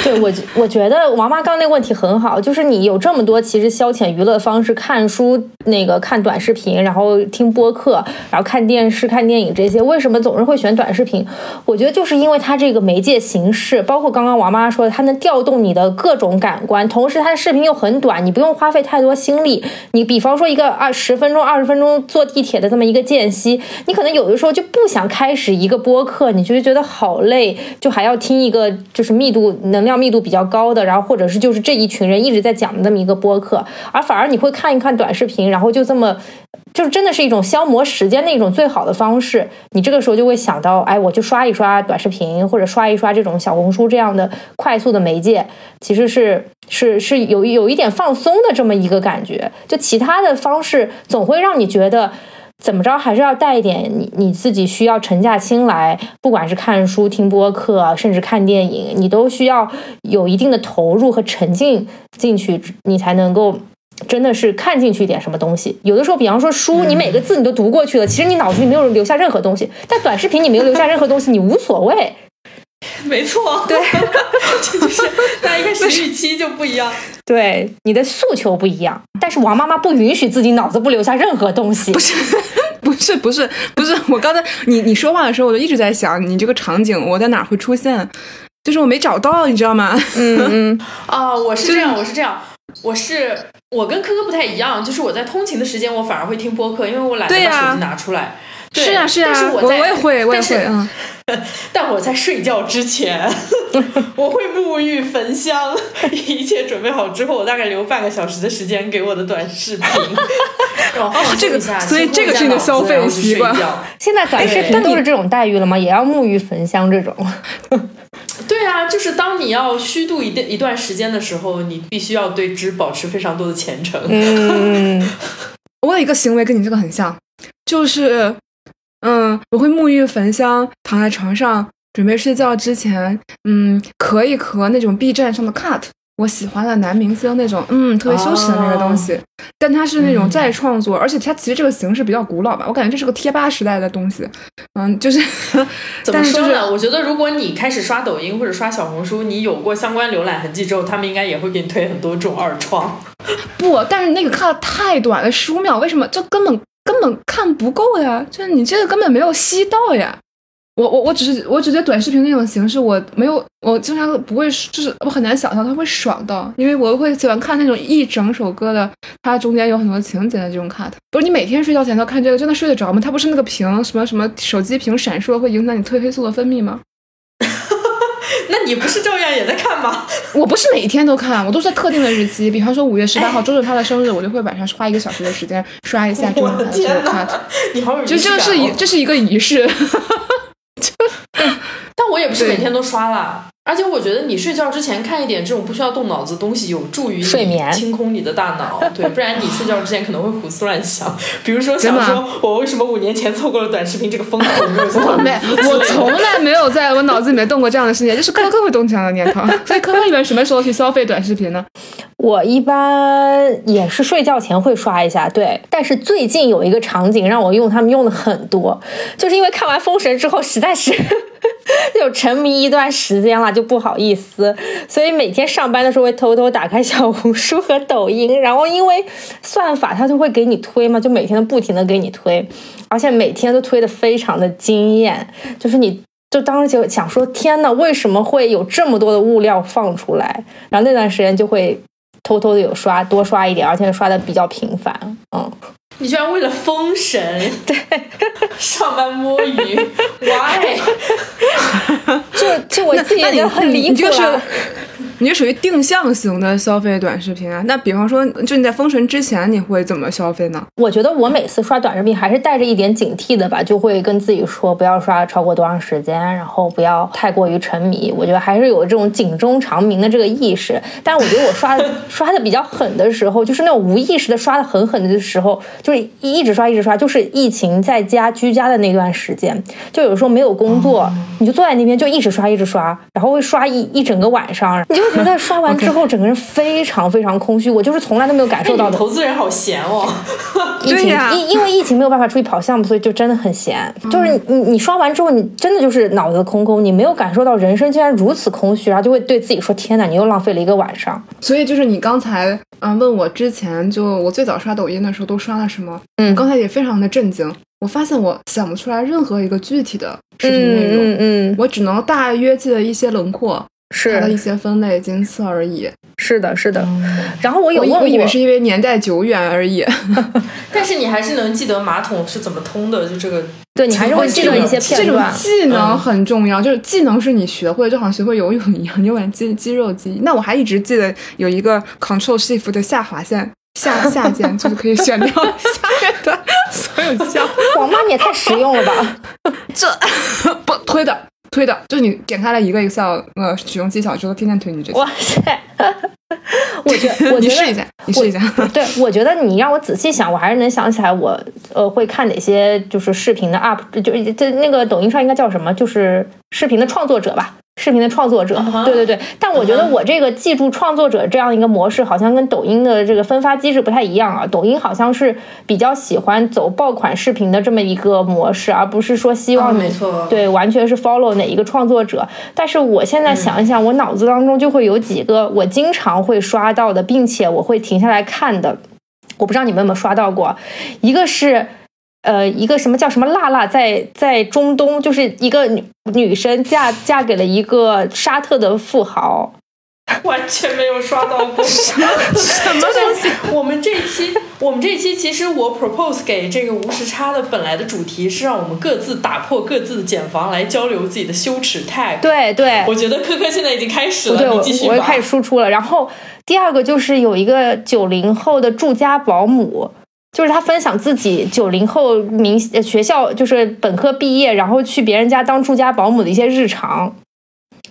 Speaker 1: 对我觉，我觉得王妈刚那问题很好，就是你有这么多其实消遣娱乐方式，看书、那个看短视频，然后听播客，然后看电视、看电影这些，为什么总是会选短视频？我觉得就是因为它这个媒介形式，包括刚刚王妈说的，它能调动你的各种感官，同时它的视频又很短，你不用花费太多心力。你比方说一个二十分钟、二十分钟坐地铁的这么一个间隙，你可能有的时候就不想开始一个播客，你就会觉得好累，就还要听一个就是密度能量密度比较高的，然后或者是就是这一群人一直在讲的那么一个播客，而反而你会看一看短视频，然后就这么。就真的是一种消磨时间的一种最好的方式。你这个时候就会想到，哎，我就刷一刷短视频，或者刷一刷这种小红书这样的快速的媒介，其实是是是有有一点放松的这么一个感觉。就其他的方式，总会让你觉得。怎么着还是要带一点你你自己需要沉下心来，不管是看书、听播客，甚至看电影，你都需要有一定的投入和沉浸进去，你才能够真的是看进去一点什么东西。有的时候，比方说书，你每个字你都读过去了，其实你脑子里没有留下任何东西。但短视频你没有留下任何东西，你无所谓。
Speaker 3: 没错， 对，这就是大家一开始预期就不一样。
Speaker 1: 对你的诉求不一样，但是王妈妈不允许自己脑子不留下任何东西。不是，
Speaker 2: 不是不是不是，我刚才你你说话的时候，我就一直在想，你这个场景我在哪儿会出现？就是我没找到，你知道吗？
Speaker 1: 嗯嗯，
Speaker 3: 啊、我是这样，我是这样，我是我跟科科不太一样，就是我在通勤的时间，我反而会听播客，因为我懒得
Speaker 2: 对
Speaker 3: 把
Speaker 2: 呀
Speaker 3: 手机拿出来。对
Speaker 2: 是啊是啊
Speaker 3: 但是，
Speaker 2: 我
Speaker 3: 在
Speaker 2: 也会我也
Speaker 3: 但是
Speaker 2: 会，嗯，
Speaker 3: 但我在睡觉 之前，我会沐浴焚香，一切准备好之后，我大概留半个小时的时间给我的短视 频，然后放
Speaker 2: 哦这
Speaker 3: 松
Speaker 2: 个
Speaker 3: 一下
Speaker 2: 所以
Speaker 3: 清
Speaker 2: 这
Speaker 3: 空
Speaker 2: 个
Speaker 3: 一下
Speaker 2: 是你的
Speaker 3: 脑子
Speaker 2: 消费
Speaker 3: 然后去
Speaker 2: 习
Speaker 3: 睡
Speaker 2: 惯
Speaker 3: 觉
Speaker 1: 现在短视频都是这种待遇了吗？也要沐浴焚香这种？
Speaker 3: 对啊，就是当你要虚度一段一段时间的时候，你必须要对之保持非常多的虔诚。
Speaker 1: 嗯，
Speaker 2: 我有一个行为跟你这个很像，就是嗯，我会沐浴焚香，躺在床上准备睡觉之前，嗯，咳一咳那种 B 站上的 cut，我喜欢的男明星那种，嗯，特别羞耻的那个东
Speaker 3: 哦
Speaker 2: 西。但它是那
Speaker 3: 嗯
Speaker 2: 种再创作，而且它其实这个形式比较古老吧，我感觉这是个贴吧时代的东西。嗯，就是，
Speaker 3: 怎么
Speaker 2: 但是
Speaker 3: 说
Speaker 2: 就
Speaker 3: 呢？
Speaker 2: 是
Speaker 3: 我觉得如果你开始刷抖音或者刷小红书，你有过相关浏览痕迹之后，他们应该也会给你推很多这种二创。
Speaker 2: 不，但是那个看的太短了，十五秒，为什么？这根本根本看不够呀！就是你这个根本没有吸到呀。我我我只是我只觉得短视频那种形式，我没有，我经常不会，就是我很难想象它会爽到，因为我会喜欢看那种一整首歌的，它中间有很多情节的这种 cut。不是你每天睡觉前都看这个，真的睡得着吗？它不是那个屏什么什么手机屏闪烁会影响你褪黑素的分泌吗？
Speaker 3: 那你不是照样也在看吗？
Speaker 2: 我不是每天都看，我都是在特定的日期，比方说五月十八
Speaker 1: 哎
Speaker 2: 号，周周他的生日，我就会晚上花一个小时的时间刷一下周
Speaker 3: 我
Speaker 2: 周他
Speaker 3: 的
Speaker 2: 的生
Speaker 3: 天
Speaker 2: 日 cut，
Speaker 3: 哪！你好有仪
Speaker 2: 就
Speaker 3: 式
Speaker 2: 这
Speaker 3: 感、
Speaker 2: 是一
Speaker 3: 哦。
Speaker 2: 这是一个 仪式。
Speaker 3: 但我也不是
Speaker 2: 对
Speaker 3: 每天都刷啦。而且我觉得你睡觉之前看一点这种不需要动脑子的东西，有助于你
Speaker 1: 睡眠
Speaker 3: 清空你的大脑。对，不然你睡觉之前可能会胡思乱想，比如说
Speaker 2: 真
Speaker 3: 想
Speaker 2: 的啊
Speaker 3: 说我为什么五年前错过了短视频这个风口，没 有做好
Speaker 2: 我没，我从来没有在我脑子里面动过这样的事情，这是科科会动这样的念头。 所以科科一般什么时候去消费短视频呢？
Speaker 1: 我一般也是睡觉前会刷一下，对。但是最近有一个场景让我用他们用的很多，就是因为看完《封神》之后，实在是 有沉迷一段时间了，就不好意思，所以每天上班的时候会偷偷打开小红书和抖音，然后因为算法它就会给你推嘛，就每天都不停的给你推，而且每天都推的非常的惊艳，就是你。就当时就想说，天呐，为什么会有这么多的物料放出来？然后那段时间就会偷偷的有刷，多刷一点，而且刷的比较频繁。嗯，
Speaker 3: 你居然为了封神，对，上班摸鱼，why？
Speaker 1: 这这我自己
Speaker 2: 那
Speaker 1: 也觉得
Speaker 2: 你
Speaker 1: 很离
Speaker 2: 你
Speaker 1: 谱啊
Speaker 2: 这个
Speaker 1: 了
Speaker 2: 是。你这属于定向型的消费短视频啊。那比方说，就你在封神之前，你会怎么消费呢？
Speaker 1: 我觉得我每次刷短视频还是带着一点警惕的吧，就会跟自己说不要刷超过多长时间，然后不要太过于沉迷。我觉得还是有这种警钟长鸣的这个意识。但我觉得我刷刷的比较狠的时候，就是那种无意识的刷的狠狠的时候，就是一直刷一直刷，就是疫情在家居家的那段时间，就有时候没有工作，你就坐在那边就一直刷一直刷，然后会刷一一整个晚上，你就会觉得刷完之后整个人非常非常空虚。我就是从来都没有感受
Speaker 3: 哎你
Speaker 1: 到
Speaker 3: 们
Speaker 1: 的。
Speaker 3: 投资人好闲哦。
Speaker 1: 疫情，
Speaker 2: 对呀
Speaker 1: 因因为疫情没有办法出去跑项目，所以就真的很闲。就是你你你刷完之后，你真的就是脑子空空，你没有感受到人生竟然如此空虚，然后就会对自己说：“天哪，你又浪费了一个晚上。
Speaker 2: 所以就是你刚才嗯、问我之前就我最早刷抖音的时候都刷了什么，
Speaker 1: 嗯
Speaker 2: 我刚才也非常的震惊，我发现我想不出来任何一个具体的”视频内
Speaker 1: 嗯
Speaker 2: 容，
Speaker 1: 嗯嗯，
Speaker 2: 我只能大约记得一些轮廓，它的一
Speaker 1: 是
Speaker 2: 些分类仅此而已。
Speaker 1: 是的，是的。嗯然后我有
Speaker 2: 我以
Speaker 1: 问
Speaker 2: 我以为是因为年代久远而已，
Speaker 3: 但是你还是能记得马桶是怎么通的，就这个
Speaker 1: 对你还是会记 得一些
Speaker 2: 这
Speaker 1: 片
Speaker 2: 种
Speaker 1: 段。
Speaker 2: 技能很重要，嗯就是技能是你学会，就好像学会游泳一样，你有点肌肌肉记忆。那我还一直记得有一个 Control Shift 的下划线。下下键就是可以选掉 下面的所有项，
Speaker 1: 王妈，你也太实用了吧！
Speaker 2: 这 不推的推的，就是你点开了一个 Excel 呃使用技巧之后，天天推你这 些，
Speaker 1: 哇塞， 我觉我
Speaker 2: 你
Speaker 1: 觉
Speaker 2: 试一
Speaker 1: 得。
Speaker 2: 下，你试一下。
Speaker 1: 对，我觉得你让我仔细想，我还是能想起来我呃会看哪些就是视频的 UP，就这那个抖音上应该叫什么，就是视频的创作者吧。视频的创作者
Speaker 3: 嗯哼
Speaker 1: 对对对，但我觉得
Speaker 3: 嗯哼
Speaker 1: 我这个记住创作者这样一个模式，好像跟抖音的这个分发机制不太一样啊。抖音好像是比较喜欢走爆款视频的这么一个模式，而不是说希望
Speaker 3: 嗯
Speaker 1: 你、
Speaker 3: 没错
Speaker 1: 对完全是 follow 哪一个创作者。但是我现在想一想，我脑子当中就会有几个我经常会刷到的，并且我会停下来看的。我不知道你们有没有刷到过，一个是。呃，一个什么叫什么辣辣在在中东，就是一个女女生嫁嫁给了一个沙特的富豪，
Speaker 3: 完全没有刷到过。什 么东西？我们这期，我们这期其实我 propose 给这个无时差的本来的主题是让我们各自打破各自的茧房，来交流自己的羞耻 tag。
Speaker 1: 对对，
Speaker 3: 我觉得科科现在已经开始
Speaker 1: 不对，
Speaker 3: 了，
Speaker 1: 我
Speaker 3: 你继续
Speaker 1: 我
Speaker 3: 吧。啊
Speaker 1: 又开始输出了。然后第二个就是有一个九零后的住家保姆，就是她分享自己九零后名呃学校就是本科毕业，然后去别人家当住家保姆的一些日常。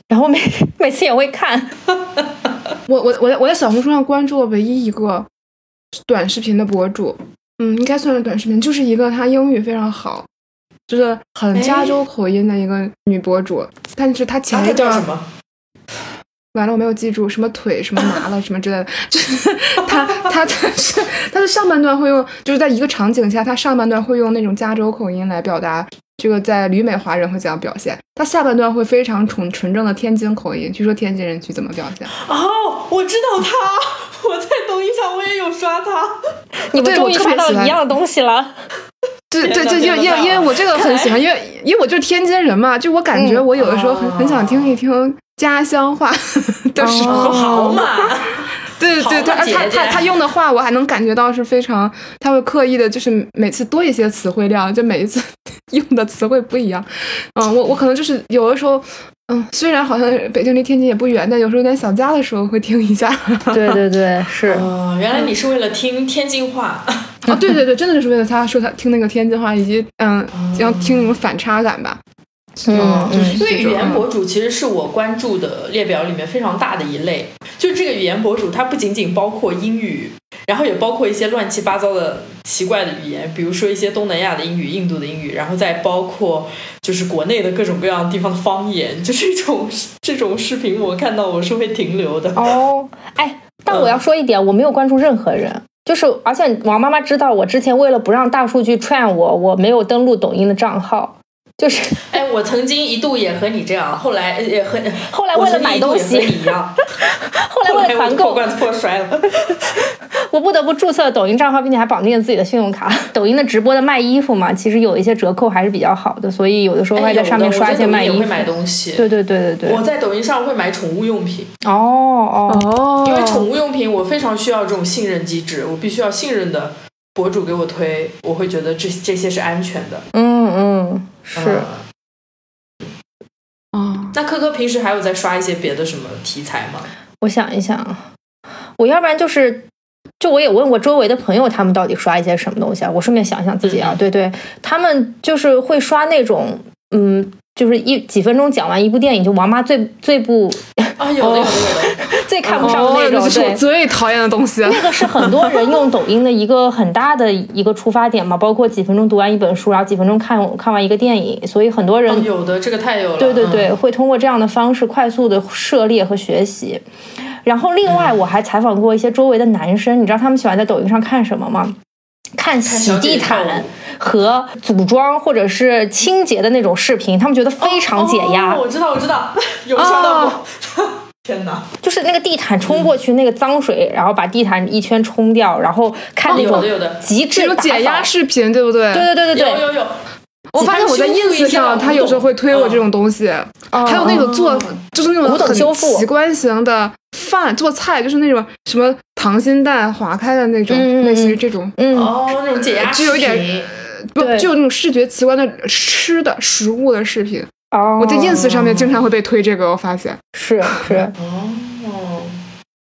Speaker 1: 然后每每次也会看，
Speaker 2: 我我我在我在小红书上关注了唯一一个短视频的博主，嗯，应该算是短视频，就是一个她英语非常好，就是很加州口音的一个女博主，但是她前
Speaker 3: 啊
Speaker 2: 一
Speaker 3: 他
Speaker 2: 阵
Speaker 3: 叫什
Speaker 2: 儿
Speaker 3: 么？
Speaker 2: 完了，我没有记住什么腿什么麻了什么之类的， 就是他他他是他的上半段会用，就是在一个场景下，他上半段会用那种加州口音来表达，这个在旅美华人会怎样表现，他下半段会非常纯纯正的天津口音，据说天津人去怎么表现？
Speaker 3: 哦，我知道他，我在抖音上我也有刷他。
Speaker 1: 你们
Speaker 2: 对
Speaker 1: 终
Speaker 2: 我
Speaker 1: 于
Speaker 2: 特
Speaker 1: 刷
Speaker 2: 别
Speaker 1: 到
Speaker 2: 喜
Speaker 1: 了
Speaker 2: 欢
Speaker 1: 一样的东西了。
Speaker 2: 对
Speaker 3: 天
Speaker 2: 对
Speaker 3: 哪
Speaker 2: 对，因为
Speaker 3: 天哪
Speaker 2: 因为
Speaker 3: 天哪
Speaker 2: 因为我这个很喜欢，因为因为我就是天津人嘛，就我感觉我有的时候很、
Speaker 3: 哦
Speaker 2: 很想听一听家乡话的时候，
Speaker 1: 哦
Speaker 3: 好嘛，
Speaker 2: 对对对，
Speaker 3: 好
Speaker 2: 而
Speaker 3: 姐
Speaker 2: 他
Speaker 3: 姐
Speaker 2: 他他用的话，我还能感觉到是非常，他会刻意的，就是每次多一些词汇量，就每一次 用的词汇不一样。嗯，我我可能就是有的时候，嗯，虽然好像北京离天津也不远，但有时候有点想家的时候会听一下。
Speaker 1: 对对对，是
Speaker 3: 哦，原来你是为了听天津话。
Speaker 2: 哦，对对对，真的是为了他说他听那个天津话，以及嗯，要听那种反差感吧。
Speaker 1: 嗯
Speaker 3: 哦就是
Speaker 1: 嗯
Speaker 3: 因为语言博主其实是我关注的列表里面非常大的一类。就这个语言博主，它不仅仅包括英语，然后也包括一些乱七八糟的奇怪的语言，比如说一些东南亚的英语、印度的英语，然后再包括就是国内的各种各样地方的方言。就这种 这种视频，我看到我是会停留的。
Speaker 1: 哦，哎，但我要说一点，我没有关注任何人。就是，而且王妈妈知道我之前为了不让大数据串我，我没有登录抖音的账号。就是
Speaker 3: 哎，我曾经一度也和你这样，后来呃也和
Speaker 1: 后来为了买东西
Speaker 3: 我曾经一度也和你一 样，
Speaker 1: 后来为了团
Speaker 3: 破
Speaker 1: 购，
Speaker 3: 罐子破摔了。
Speaker 1: 我不得不注册抖音账号，并且还绑定了自己的信用卡。 抖音的直播的卖衣服嘛，其实有一些折扣还是比较好的，所以有的时候
Speaker 3: 哎
Speaker 1: 会在
Speaker 3: 有
Speaker 1: 上面
Speaker 3: 的我
Speaker 1: 刷一
Speaker 3: 在
Speaker 1: 些
Speaker 3: 抖音
Speaker 1: 卖
Speaker 3: 也
Speaker 1: 衣
Speaker 3: 会
Speaker 1: 服。
Speaker 3: 买东西。
Speaker 1: 对对对对对。
Speaker 3: 我在抖音上会买宠物用品，
Speaker 1: 哦哦，
Speaker 2: 哦
Speaker 3: 因为宠物用品我非常需要这种信任机制，我必须要信任的博主给我推，我会觉得这这些是安全的。
Speaker 1: 嗯嗯，是
Speaker 3: 嗯。
Speaker 2: 哦，
Speaker 3: 那科科平时还有在刷一些别的什么题材吗？
Speaker 1: 我想一想，我要不然就是，就我也问过周围的朋友，他们到底刷一些什么东西啊？我顺便想一想自己啊，
Speaker 3: 嗯
Speaker 1: 对对，他们就是会刷那种，嗯，就是一几分钟讲完一部电影，就王妈最最不
Speaker 3: 啊，有
Speaker 1: 哦
Speaker 3: 的有的有的，
Speaker 1: 最看不上的那种，
Speaker 2: 哦
Speaker 3: 哦
Speaker 2: 那就是我
Speaker 1: 对。
Speaker 2: 最讨厌的东西。
Speaker 1: 那个是很多人用抖音的一个很大的一个出发点嘛，包括几分钟读完一本书，然后几分钟看看完一个电影，所以很多 人
Speaker 3: 啊有的这个太有了。
Speaker 1: 对对
Speaker 3: 嗯
Speaker 1: 对，会通过这样的方式快速的涉猎和学习。然后，另外我还采访过一些周围的男生，你知道他们喜欢在抖音上看什么吗？看洗
Speaker 3: 小姐
Speaker 1: 地
Speaker 3: 姐跳舞
Speaker 1: 毯和组装或者是清洁的那种视频，他们觉得非常解压。哦
Speaker 3: 哦我知道我知道，有刷到过。 天哪！
Speaker 1: 就是那个地毯冲过去，那个脏水，然后把地毯一圈冲掉，然后看那
Speaker 3: 有
Speaker 1: 种
Speaker 3: 的有的
Speaker 1: 极
Speaker 2: 这
Speaker 1: 致
Speaker 2: 种
Speaker 1: 打
Speaker 2: 解压
Speaker 1: 扫
Speaker 2: 视频，对不对？
Speaker 1: 对对对对
Speaker 3: 有
Speaker 1: 对，
Speaker 3: 有有，
Speaker 2: 我发现我在
Speaker 3: 它修复
Speaker 2: ins
Speaker 3: 一下
Speaker 2: 上，他有时候会推我这种东西，
Speaker 1: 哦
Speaker 2: 还有那种做就是那
Speaker 1: 嗯古
Speaker 2: 种
Speaker 1: 董
Speaker 2: 很
Speaker 1: 修复
Speaker 2: 奇观型的饭做菜，就是那种什么溏心蛋划开的那种，
Speaker 1: 嗯嗯嗯
Speaker 2: 类似于这种，
Speaker 1: 嗯，
Speaker 3: 哦，那种解压
Speaker 2: 就有一点
Speaker 3: 视频
Speaker 2: 不
Speaker 1: 对
Speaker 2: 就有那种视觉奇观的吃的食物的视频。
Speaker 1: 哦，
Speaker 2: 我在 ins 上面经常会被推这个，我发现。
Speaker 1: 是是，
Speaker 3: 哦。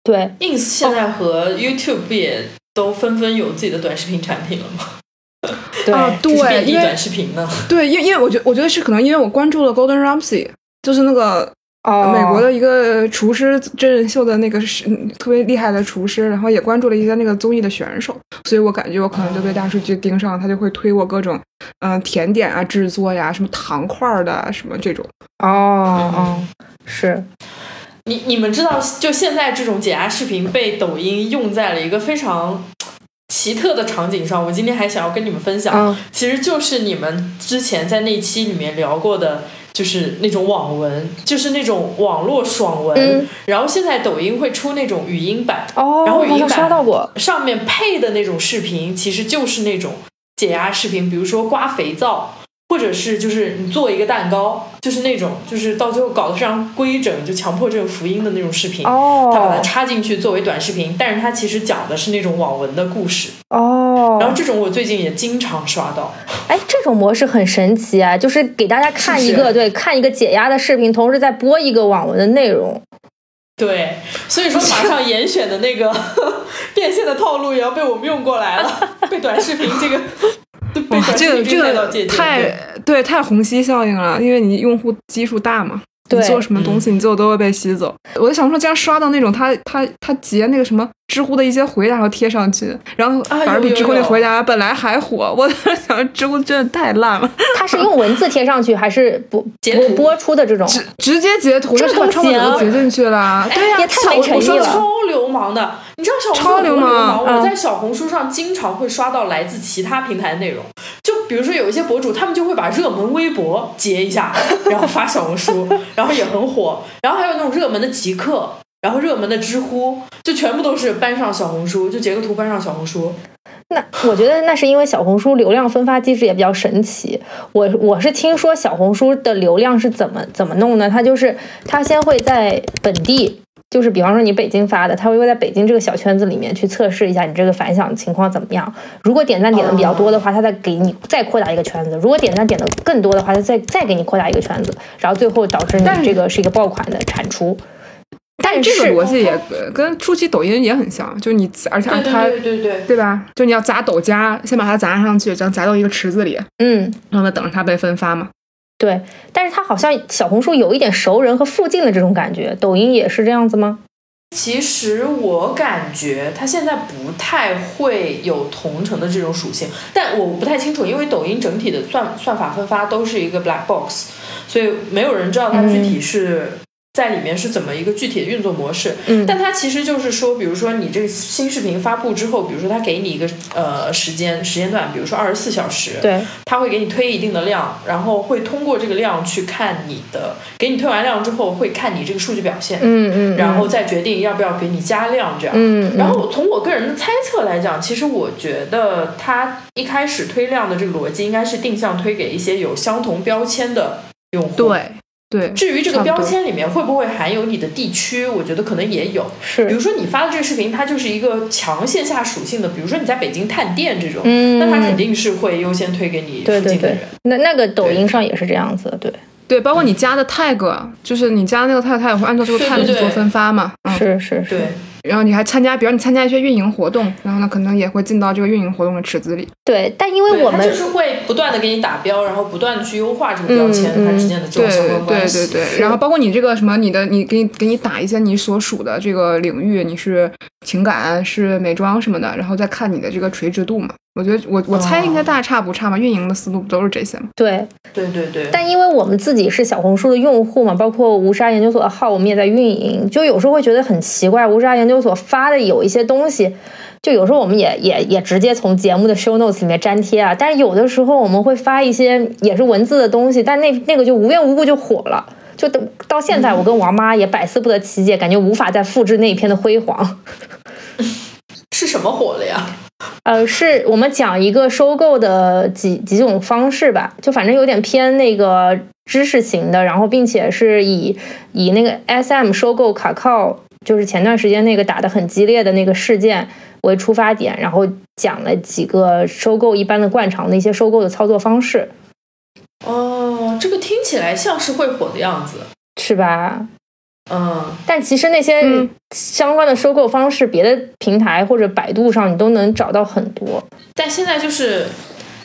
Speaker 1: 对，
Speaker 3: ins 现
Speaker 1: 哦
Speaker 3: 在和 YouTube 不也都纷纷有自己的短视频产品了吗？
Speaker 1: 哦对，
Speaker 2: 啊，
Speaker 3: 这是
Speaker 2: 对，
Speaker 3: 遍地
Speaker 2: 因为
Speaker 3: 短视频呢。
Speaker 2: 对，因为因为我觉得我觉得是可能因为我关注了 Golden Ramsy，就是那个
Speaker 1: 哦，
Speaker 2: 美国的一个厨师真人秀的那个是嗯特别厉害的厨师，然后也关注了一些那个综艺的选手，所以我感觉我可能就被大数据盯上了，他就会推我各种嗯、呃甜点啊制作呀，什么糖块儿的啊什么这种。
Speaker 1: 哦哦，是，
Speaker 3: 你你们知道，就现在这种解压视频被抖音用在了一个非常奇特的场景上。我今天还想要跟你们分享，
Speaker 1: 嗯
Speaker 3: 其实就是你们之前在那期里面聊过的，就是那种网文，就是那种网络爽文。
Speaker 1: 嗯
Speaker 3: 然后现在抖音会出那种语音版，
Speaker 1: 哦，
Speaker 3: 然后
Speaker 1: 我
Speaker 3: 语
Speaker 1: 好
Speaker 3: 音
Speaker 1: 像刷
Speaker 3: 版
Speaker 1: 到过，
Speaker 3: 上面配的那种视频，其实就是那种解压视频，比如说刮肥皂，或者是就是你做一个蛋糕，就是那种就是到最后搞得非常规整，就强迫症福音的那种视频。
Speaker 1: 哦，
Speaker 3: 他把它插进去作为短视频，但是它其实讲的是那种网文的故事。
Speaker 1: 哦，
Speaker 3: 然后这种我最近也经常刷到，
Speaker 1: 哎，这种模式很神奇啊，就是给大家看一
Speaker 3: 是
Speaker 1: 个
Speaker 3: 不是
Speaker 1: 对看一个解压的视频，同时再播一个网文的内容。
Speaker 3: 对，所以说马上严选 的那个变现的套路也要被我们用过来了，被短视频 这个，被短
Speaker 2: 这
Speaker 3: 视
Speaker 2: 个
Speaker 3: 频
Speaker 2: 这
Speaker 3: 赛道
Speaker 2: 个
Speaker 3: 借鉴。
Speaker 2: 太
Speaker 3: 对
Speaker 2: 对太虹吸效应了，因为你用户基数大嘛。
Speaker 1: 对
Speaker 2: 你做什么东
Speaker 3: 嗯
Speaker 2: 西，你最后都会被吸走。我就想说，竟然刷到那种他他他截那个什么知乎的一些回答，然后贴上去，然后
Speaker 3: 啊
Speaker 2: 反而比
Speaker 3: 有有
Speaker 2: 知乎那
Speaker 3: 有
Speaker 2: 回答本来还火。我 当时想，知乎真的太烂了，
Speaker 1: 它是用文字贴上去还是播
Speaker 3: 截
Speaker 1: 播
Speaker 3: 图
Speaker 1: 播出的这种？
Speaker 2: 直接截图，
Speaker 1: 这
Speaker 2: 就把
Speaker 1: 不
Speaker 2: 窗户纸
Speaker 1: 行
Speaker 2: 都截进去
Speaker 3: 啊
Speaker 2: 了。对呀、
Speaker 1: 也太没
Speaker 2: 我
Speaker 1: 诚
Speaker 2: 我
Speaker 1: 意
Speaker 2: 说
Speaker 1: 了
Speaker 2: 的
Speaker 3: 超流氓的，你知道小红书
Speaker 2: 超
Speaker 3: 有多
Speaker 2: 流
Speaker 3: 流
Speaker 2: 氓
Speaker 1: 嗯
Speaker 3: 我在小红书上经常会刷到来自其他平台的内容，就比如说有一些博主，他们就会把热门微博截一下，然后发小红书，然后也很火，然后还有那种热门的极客。然后热门的知乎就全部都是搬上小红书，就截个图搬上小红书。
Speaker 1: 那我觉得那是因为小红书流量分发机制也比较神奇。我我是听说小红书的流量是怎么怎么弄呢？它就是它先会在本地。就是比方说你北京发的，它会在北京这个小圈子里面去测试一下你这个反响情况怎么样。如果点赞点的比较多的话，它再给你再扩大一个圈子；如果点赞点的更多的话，它再再给你扩大一个圈子，然后最后导致你
Speaker 2: 但是
Speaker 1: 这个是一个爆款的产出。但
Speaker 2: 这个
Speaker 1: 是
Speaker 2: 逻辑也跟跟初期抖音也很像，就你而且而且它
Speaker 3: 对对，
Speaker 2: 对吧？就你要砸抖夹，先把它砸上去，然后砸到一个池子里，
Speaker 1: 嗯，
Speaker 2: 然后再等着它被分发嘛。
Speaker 1: 对，但是它好像小红书有一点熟人和附近的这种感觉，抖音也是这样子吗？
Speaker 3: 其实我感觉它现在不太会有同城的这种属性，但我不太清楚，因为抖音整体的算算法分发都是一个 black box，所以没有人知道它具
Speaker 1: 嗯
Speaker 3: 体是在里面是怎么一个具体的运作模式。
Speaker 1: 嗯
Speaker 3: 但它其实就是说，比如说你这个新视频发布之后，比如说它给你一个呃时间时间段，比如说二十四小时，
Speaker 1: 对，
Speaker 3: 它会给你推一定的量，然后会通过这个量去看你的，给你推完量之后会看你这个数据表现。
Speaker 1: 嗯嗯，
Speaker 3: 然后再决定要不要给你加量这样。
Speaker 1: 嗯，嗯
Speaker 3: 然后从我个人的猜测来讲，其实我觉得它一开始推量的这个逻辑应该是定向推给一些有相同标签的用户。。
Speaker 2: 对，
Speaker 3: 至于这
Speaker 2: 差
Speaker 3: 个
Speaker 2: 不多
Speaker 3: 标签里面会不会含有你的地区，我觉得可能也有。比
Speaker 1: 是，
Speaker 3: 如说你发的这个视频，它就是一个强线下属性的，比如说你在北京探店这种，
Speaker 1: 嗯，
Speaker 3: 那它肯定是会优先推给你附
Speaker 1: 对
Speaker 3: 近
Speaker 1: 对
Speaker 3: 的人。
Speaker 1: 对，那那个抖音上也是这样子的，对，
Speaker 2: 对，包括你加的 tag，就是你加那个 tag，它也会按照这个
Speaker 3: 对
Speaker 2: tag
Speaker 3: 对
Speaker 2: 去
Speaker 3: 对
Speaker 2: 做分发嘛。嗯，
Speaker 1: 是是是，
Speaker 3: 对
Speaker 2: 然后你还参加，比如你参加一些运营活动，然后呢，可能也会进到这个运营活动的池子里。
Speaker 1: 对，但因为
Speaker 3: 对
Speaker 1: 我
Speaker 3: 它
Speaker 1: 们
Speaker 3: 就是会不断的给你打标，然后不断的去优化这个标签、
Speaker 1: 嗯
Speaker 3: 它之间的这
Speaker 2: 对
Speaker 3: 种相
Speaker 2: 对
Speaker 3: 关关系。
Speaker 2: 对对，然后包括你这个什么，你的你给你给你打一些你所属的这个领域，你是情感啊是美妆什么的，然后再看你的这个垂直度嘛。我觉得我我猜
Speaker 3: 哦
Speaker 2: 应该大差不差嘛，运营的思路不都是这些嘛？
Speaker 1: 对，
Speaker 3: 对对对。
Speaker 1: 但因为我们自己是小红书的用户嘛，包括无沙研究所的号，我们也在运营，就有时候会觉得很奇怪，无沙研究所发的有一些东西，就有时候我们也也也直接从节目的 show notes 里面粘贴啊，但是有的时候我们会发一些也是文字的东西，但那那个就无缘无故就火了。就到到现在，我跟王妈也百思不得其解，感觉无法再复制那一篇的辉煌。
Speaker 3: 是什么火了呀？
Speaker 1: 呃，是我们讲一个收购的几几种方式吧，就反正有点偏那个知识型的，然后并且是以以那个 SM 收购卡靠，就是前段时间那个打得很激烈的那个事件为出发点，然后讲了几个收购一般的惯常的一些收购的操作方式，
Speaker 3: 哦，这个听起来像是会火的样子。
Speaker 1: 是吧？
Speaker 3: 嗯，
Speaker 1: 但其实那些
Speaker 2: 嗯
Speaker 1: 相关的收购方式，别的平台或者百度上你都能找到很多。
Speaker 3: 但现在就是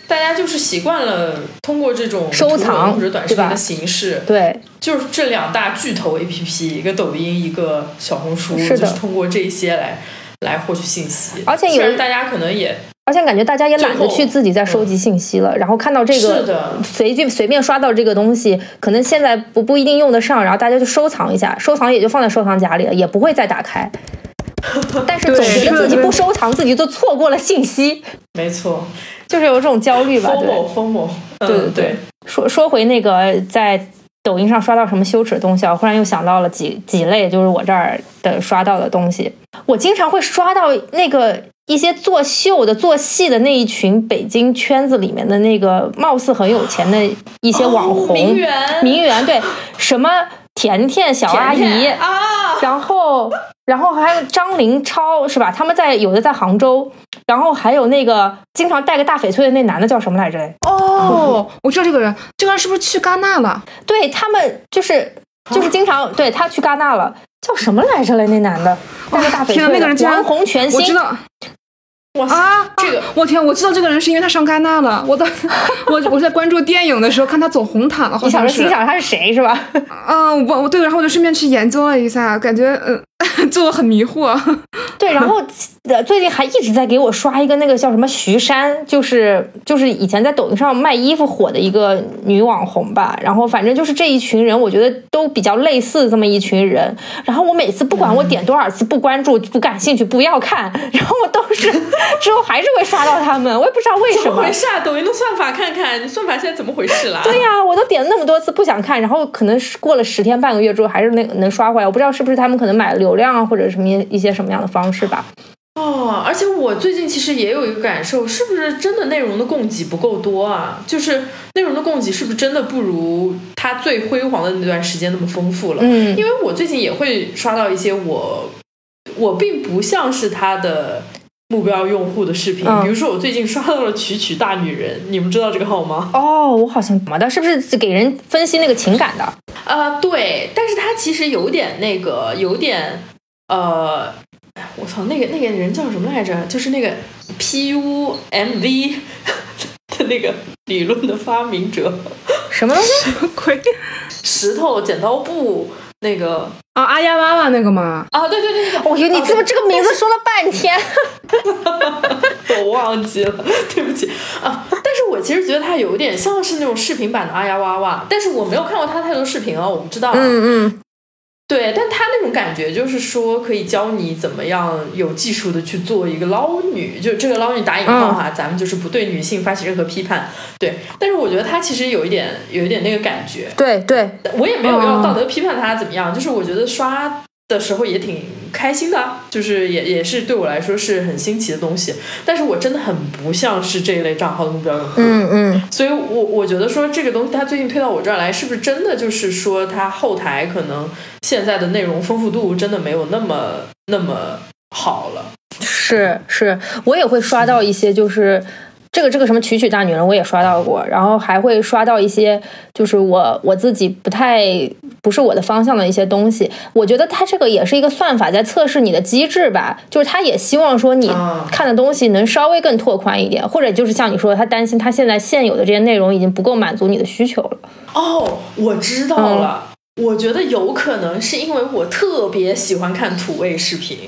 Speaker 3: 大家就是习惯了通过这种
Speaker 1: 收藏
Speaker 3: 图文或者短视
Speaker 1: 对吧
Speaker 3: 频的形式，
Speaker 1: 对，
Speaker 3: 就是这两大巨头 APP，一个抖音，一个小红书，
Speaker 1: 是的
Speaker 3: 就是通过这些来来获取信息。
Speaker 1: 而且有
Speaker 3: 虽然大家可能也
Speaker 1: 而且感觉大家也懒得
Speaker 3: 最后嗯
Speaker 1: 去自己再收集信息了，然后看到这个
Speaker 3: 是的
Speaker 1: 随便随便刷到这个东西，可能现在不不一定用得上，然后大家就收藏一下，收藏也就放在收藏夹里了，也不会再打 开。但是总觉得自己不收藏，自己就错过了信息，
Speaker 3: 没错，
Speaker 1: 就是有这种焦虑吧。
Speaker 3: 疯
Speaker 1: 对，
Speaker 3: 某疯某，嗯
Speaker 1: 对对对
Speaker 3: 对，
Speaker 1: 说说回那个在抖音上刷到什么羞耻的东西啊，我忽然又想到了几几类，就是我这儿的刷到的东西。我经常会刷到那个一些做秀的、做戏的那一群北京圈子里面的那个貌似很有钱的一些网红、
Speaker 3: 哦名媛
Speaker 1: 名媛对什么甜甜小阿姨
Speaker 3: 甜甜啊，
Speaker 1: 然后，然后还有张凌超是吧？他们在有的在杭州，然后还有那个经常戴个大翡翠的那男的叫什么来着？
Speaker 2: 哦，我知道这个人，这个人是不是去戛纳了？
Speaker 1: 对他们就是就是经常对他去戛纳了，叫什么来着嘞？那男的戴个大翡翠
Speaker 2: 天呐
Speaker 1: 的，
Speaker 2: 那个人竟然
Speaker 1: 王红全
Speaker 2: 我知
Speaker 1: 新，
Speaker 2: 道，
Speaker 3: 哇塞，
Speaker 4: 啊，
Speaker 3: 这个
Speaker 4: 我天，我知道这个人是因为他上戛纳了。我的，我我在关注电影的时候看他走红毯了，好
Speaker 1: 你想
Speaker 4: 像
Speaker 1: 着
Speaker 4: 是
Speaker 1: 欣。赏他是谁是吧？
Speaker 4: 啊，我我对，然后我就顺便去研究了一下，感觉嗯，
Speaker 2: 呃
Speaker 4: 就我很迷惑。
Speaker 1: 对，然后呃最近还一直在给我刷一个那个叫什么徐珊，就是就是以前在抖音上卖衣服火的一个女网红吧。然后反正就是这一群人，我觉得都比较类似这么一群人。然后我每次不管我点多少次不关注、不感兴趣、不要看， 然后我都是之后还是会刷到他们，我也不知道为什
Speaker 3: 怎么
Speaker 1: 么
Speaker 3: 回。事啊？抖音的算法看看，算法现在怎么回事啦？
Speaker 1: 对呀、我都点了那么多次不想看，然后可能是过了十天半个月之后，还是那个能刷回来。我不知道是不是他们可能买流量啊，或者什么一些什么样的方式吧。
Speaker 3: 哦，而且我最近其实也有一个感受，是不是真的内容的供给不够多啊？就是内容的供给是不是真的不如它最辉煌的那段时间那么丰富了？
Speaker 1: 嗯，
Speaker 3: 因为我最近也会刷到一些我我并不像是他的目标用户的视频，
Speaker 1: 嗯
Speaker 3: 比如说我最近刷到了“曲曲大女人”，你们知道这个号吗？
Speaker 1: 哦，我好像懂了，但是不是给人分析那个情感的？
Speaker 3: 呃，对，但是他其实有点那个，有点呃，我操，那个那个人叫什么来着？就是那个 PUMV 的那个理论的发明者，
Speaker 1: 什么东西？
Speaker 4: 鬼
Speaker 3: 石头剪刀布那个
Speaker 4: 啊，阿呀娃娃那个吗？
Speaker 3: 啊，对对对对，
Speaker 1: 我、哦、你这么这个名字说了半天，
Speaker 3: 我忘记了， 对不起啊。但是我其实觉得它有点像是那种视频版的阿呀哇哇，但是我没有看过它太多视频啊，我不知道。，
Speaker 1: 嗯
Speaker 3: 对，但它那种感觉就是说可以教你怎么样有技术的去做一个捞女，就这个捞女打引号哈、咱们就是不对女性发起任何批判。对，但是我觉得它其实有一点有一点那个感觉，
Speaker 1: 对对，
Speaker 3: 我也没有
Speaker 4: 哦
Speaker 3: 要道德批判他怎么样，就是我觉得刷的时候也挺开心的啊，就是也也是对我来说是很新奇的东西。但是我真的很不像是这一类账号的目标用户，
Speaker 1: 嗯嗯，
Speaker 3: 所以我我觉得说这个东西它最近推到我这儿来，是不是真的就是说它后台可能现在的内容丰富度真的没有那么那么好了？
Speaker 1: 是是，我也会刷到一些就是。这个这个什么曲曲大女人我也刷到过，然后还会刷到一些就是我我自己不太不是我的方向的一些东西。我觉得它这个也是一个算法在测试你的机制吧，就是它也希望说你
Speaker 3: 啊
Speaker 1: 看的东西能稍微更拓宽一点，或者就是像你说的，他担心他现在现有的这些内容已经不够满足你的需求了。
Speaker 3: 哦，我知道
Speaker 4: 嗯
Speaker 3: 了。我觉得有可能是因为我特别喜欢看土味 视频，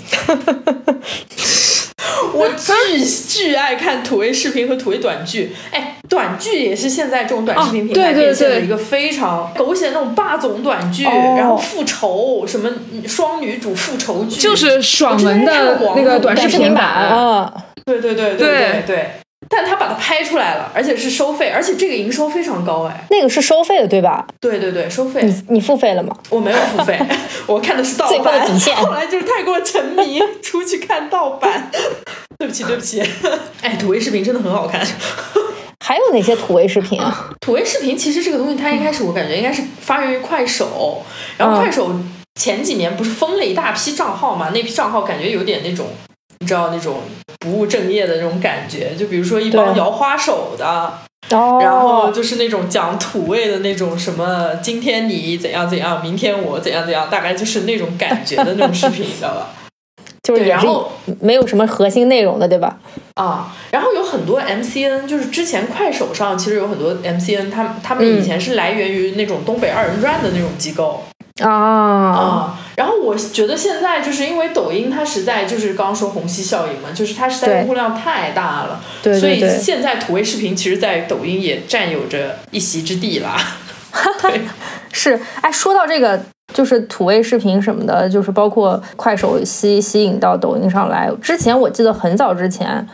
Speaker 3: 我巨巨爱看土味视频和土味短剧。哎，短剧也是现在这种短视频
Speaker 4: 哦
Speaker 3: 平台
Speaker 4: 对对
Speaker 3: 变现的
Speaker 4: 对
Speaker 3: 一个非常狗血那种霸总短剧，
Speaker 1: 哦
Speaker 3: 然后复仇什么双女主复仇剧，
Speaker 4: 就是爽文的那个短视频版。
Speaker 1: 啊，
Speaker 3: 对对对对
Speaker 4: 对
Speaker 3: 对。但他把它拍出来了，而且是收费，而且这个营收非常高哎。
Speaker 1: 那个是收费的对吧？
Speaker 3: 对对对，收费。
Speaker 1: 你你付费了吗？
Speaker 3: 我没有付 费，我看的是盗
Speaker 1: 最高的
Speaker 3: 版。
Speaker 1: 底线
Speaker 3: 后来就是太过沉迷，出去看盗版。 对不起，对不起。 哎，土味视频真的很好看。
Speaker 1: 还有哪些土味视频啊？
Speaker 3: 土味视频其实这个东西，它一开始我感觉应该是发源于快手，然
Speaker 1: 嗯
Speaker 3: 后快手前几年不是封了一大批账号嘛？那批账号感觉有点那种，你知道那种不务正业的那种感觉，就比如说一帮
Speaker 1: 对
Speaker 3: 摇花手的，
Speaker 1: 哦
Speaker 3: 然后就是那种讲土味的那种什么，今天你怎样怎样，明天我怎样怎样，大概就是那种感觉的那种视频，你知道吧？
Speaker 1: 就是
Speaker 3: 对
Speaker 1: 也
Speaker 3: 然
Speaker 1: 是
Speaker 3: 后
Speaker 1: 没有什么核心内容的对吧？
Speaker 3: 啊，然后有很多 MCN，就是之前快手上其实有很多 MCN，他们他们以前是来源于那种东北二人转的那种机构
Speaker 1: 啊，
Speaker 3: 啊。然后我觉得现在就是因为抖音它实在就是刚刚说虹吸效应嘛，就是它实在
Speaker 1: 对
Speaker 3: 用户量太大了，
Speaker 1: 对对
Speaker 3: 所以
Speaker 1: 对，
Speaker 3: 现在土味视频其实，在抖音也占有着一席之地啦。
Speaker 1: 是，哎，说到这个，就是土味视频什么的，就是包括快手吸吸引到抖音上来。之前我记得很早之前，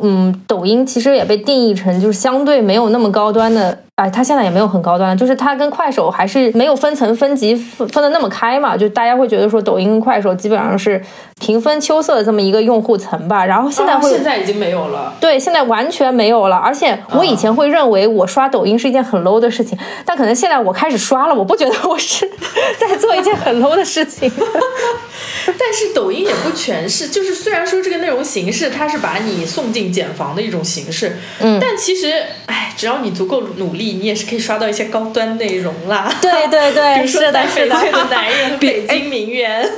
Speaker 1: 嗯，抖音其实也被定义成就是相对没有那么高端的，哎，它现在也没有很高端，就是它跟快手还是没有分层分级分分的那么开嘛，就大家会觉得说抖音跟快手基本上是平分秋色的这么一个用户层吧。然后现在
Speaker 3: 啊
Speaker 1: 会、
Speaker 3: 现在已经没有了。
Speaker 1: 对，现在完全没有了。而且我以前会认为我刷抖音是一件很 low 的事情，但可能现在我开始刷了，我不觉得我是在做一件很 low 的事情。
Speaker 3: 但是抖音也不全是，就是虽然说这个内容形式它是把你送进茧房的一种形式，
Speaker 1: 嗯
Speaker 3: 但其实，哎，只要你足够努力，你也是可以刷到一些高端内容啦。
Speaker 1: 对对
Speaker 3: 比
Speaker 1: 对，
Speaker 3: 如说
Speaker 1: 是的，哎哦
Speaker 3: 在
Speaker 1: 是
Speaker 3: 翡
Speaker 1: 的。
Speaker 3: 翠的男人，北京名媛，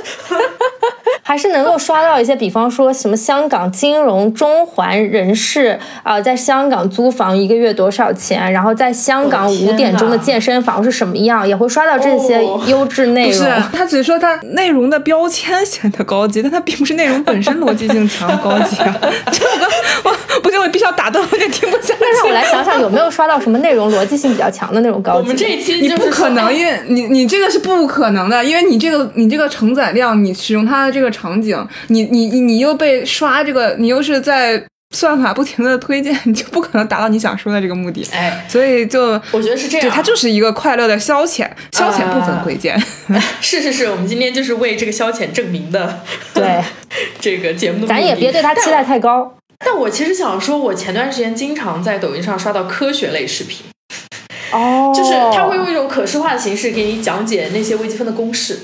Speaker 1: 还是能够刷到一些，比方说什么香港金融中环人士啊、在香港租房一个月多少钱，然后在香港
Speaker 3: 我的天
Speaker 1: 五点钟的
Speaker 3: 呐
Speaker 1: 健身房是什么样，也会刷到这些
Speaker 3: 哦
Speaker 1: 优质内
Speaker 2: 嗯不
Speaker 1: 容。
Speaker 2: 是，
Speaker 4: 啊
Speaker 2: 他只是说他内容的标签显得高级，但他并不是内容本身逻辑性强高级啊。 这个我不行，我必须要打断，我有点听不下去。
Speaker 1: 那让我来想想有没有刷到什么内容逻辑性比较强的那种高级
Speaker 3: 我
Speaker 1: 的。
Speaker 3: 们这一期
Speaker 2: 你
Speaker 3: 就是
Speaker 2: 不可
Speaker 3: 说
Speaker 2: 能，因为你你这个是不可能的，因为你这个你这个承载量，你使用它的这个场景，你你你你又被刷这个，你又是在算法不停的推荐，你就不可能达到你想说的这个目的。
Speaker 3: 哎，
Speaker 2: 所以就
Speaker 3: 我觉得
Speaker 1: 啊
Speaker 3: 是这样
Speaker 2: 对它就是一个快乐的消遣，消遣不分贵贱。
Speaker 3: 是是是，我们今天就是为这个消遣证明的
Speaker 1: 对，
Speaker 3: 这个节目的目的。
Speaker 1: 咱也别对他期待太高。
Speaker 3: 但我其实想说，我前段时间经常在抖音上刷到科学类视频，
Speaker 1: 哦，
Speaker 3: 就是它会用一种可视化的形式给你讲解那些微积分的公式。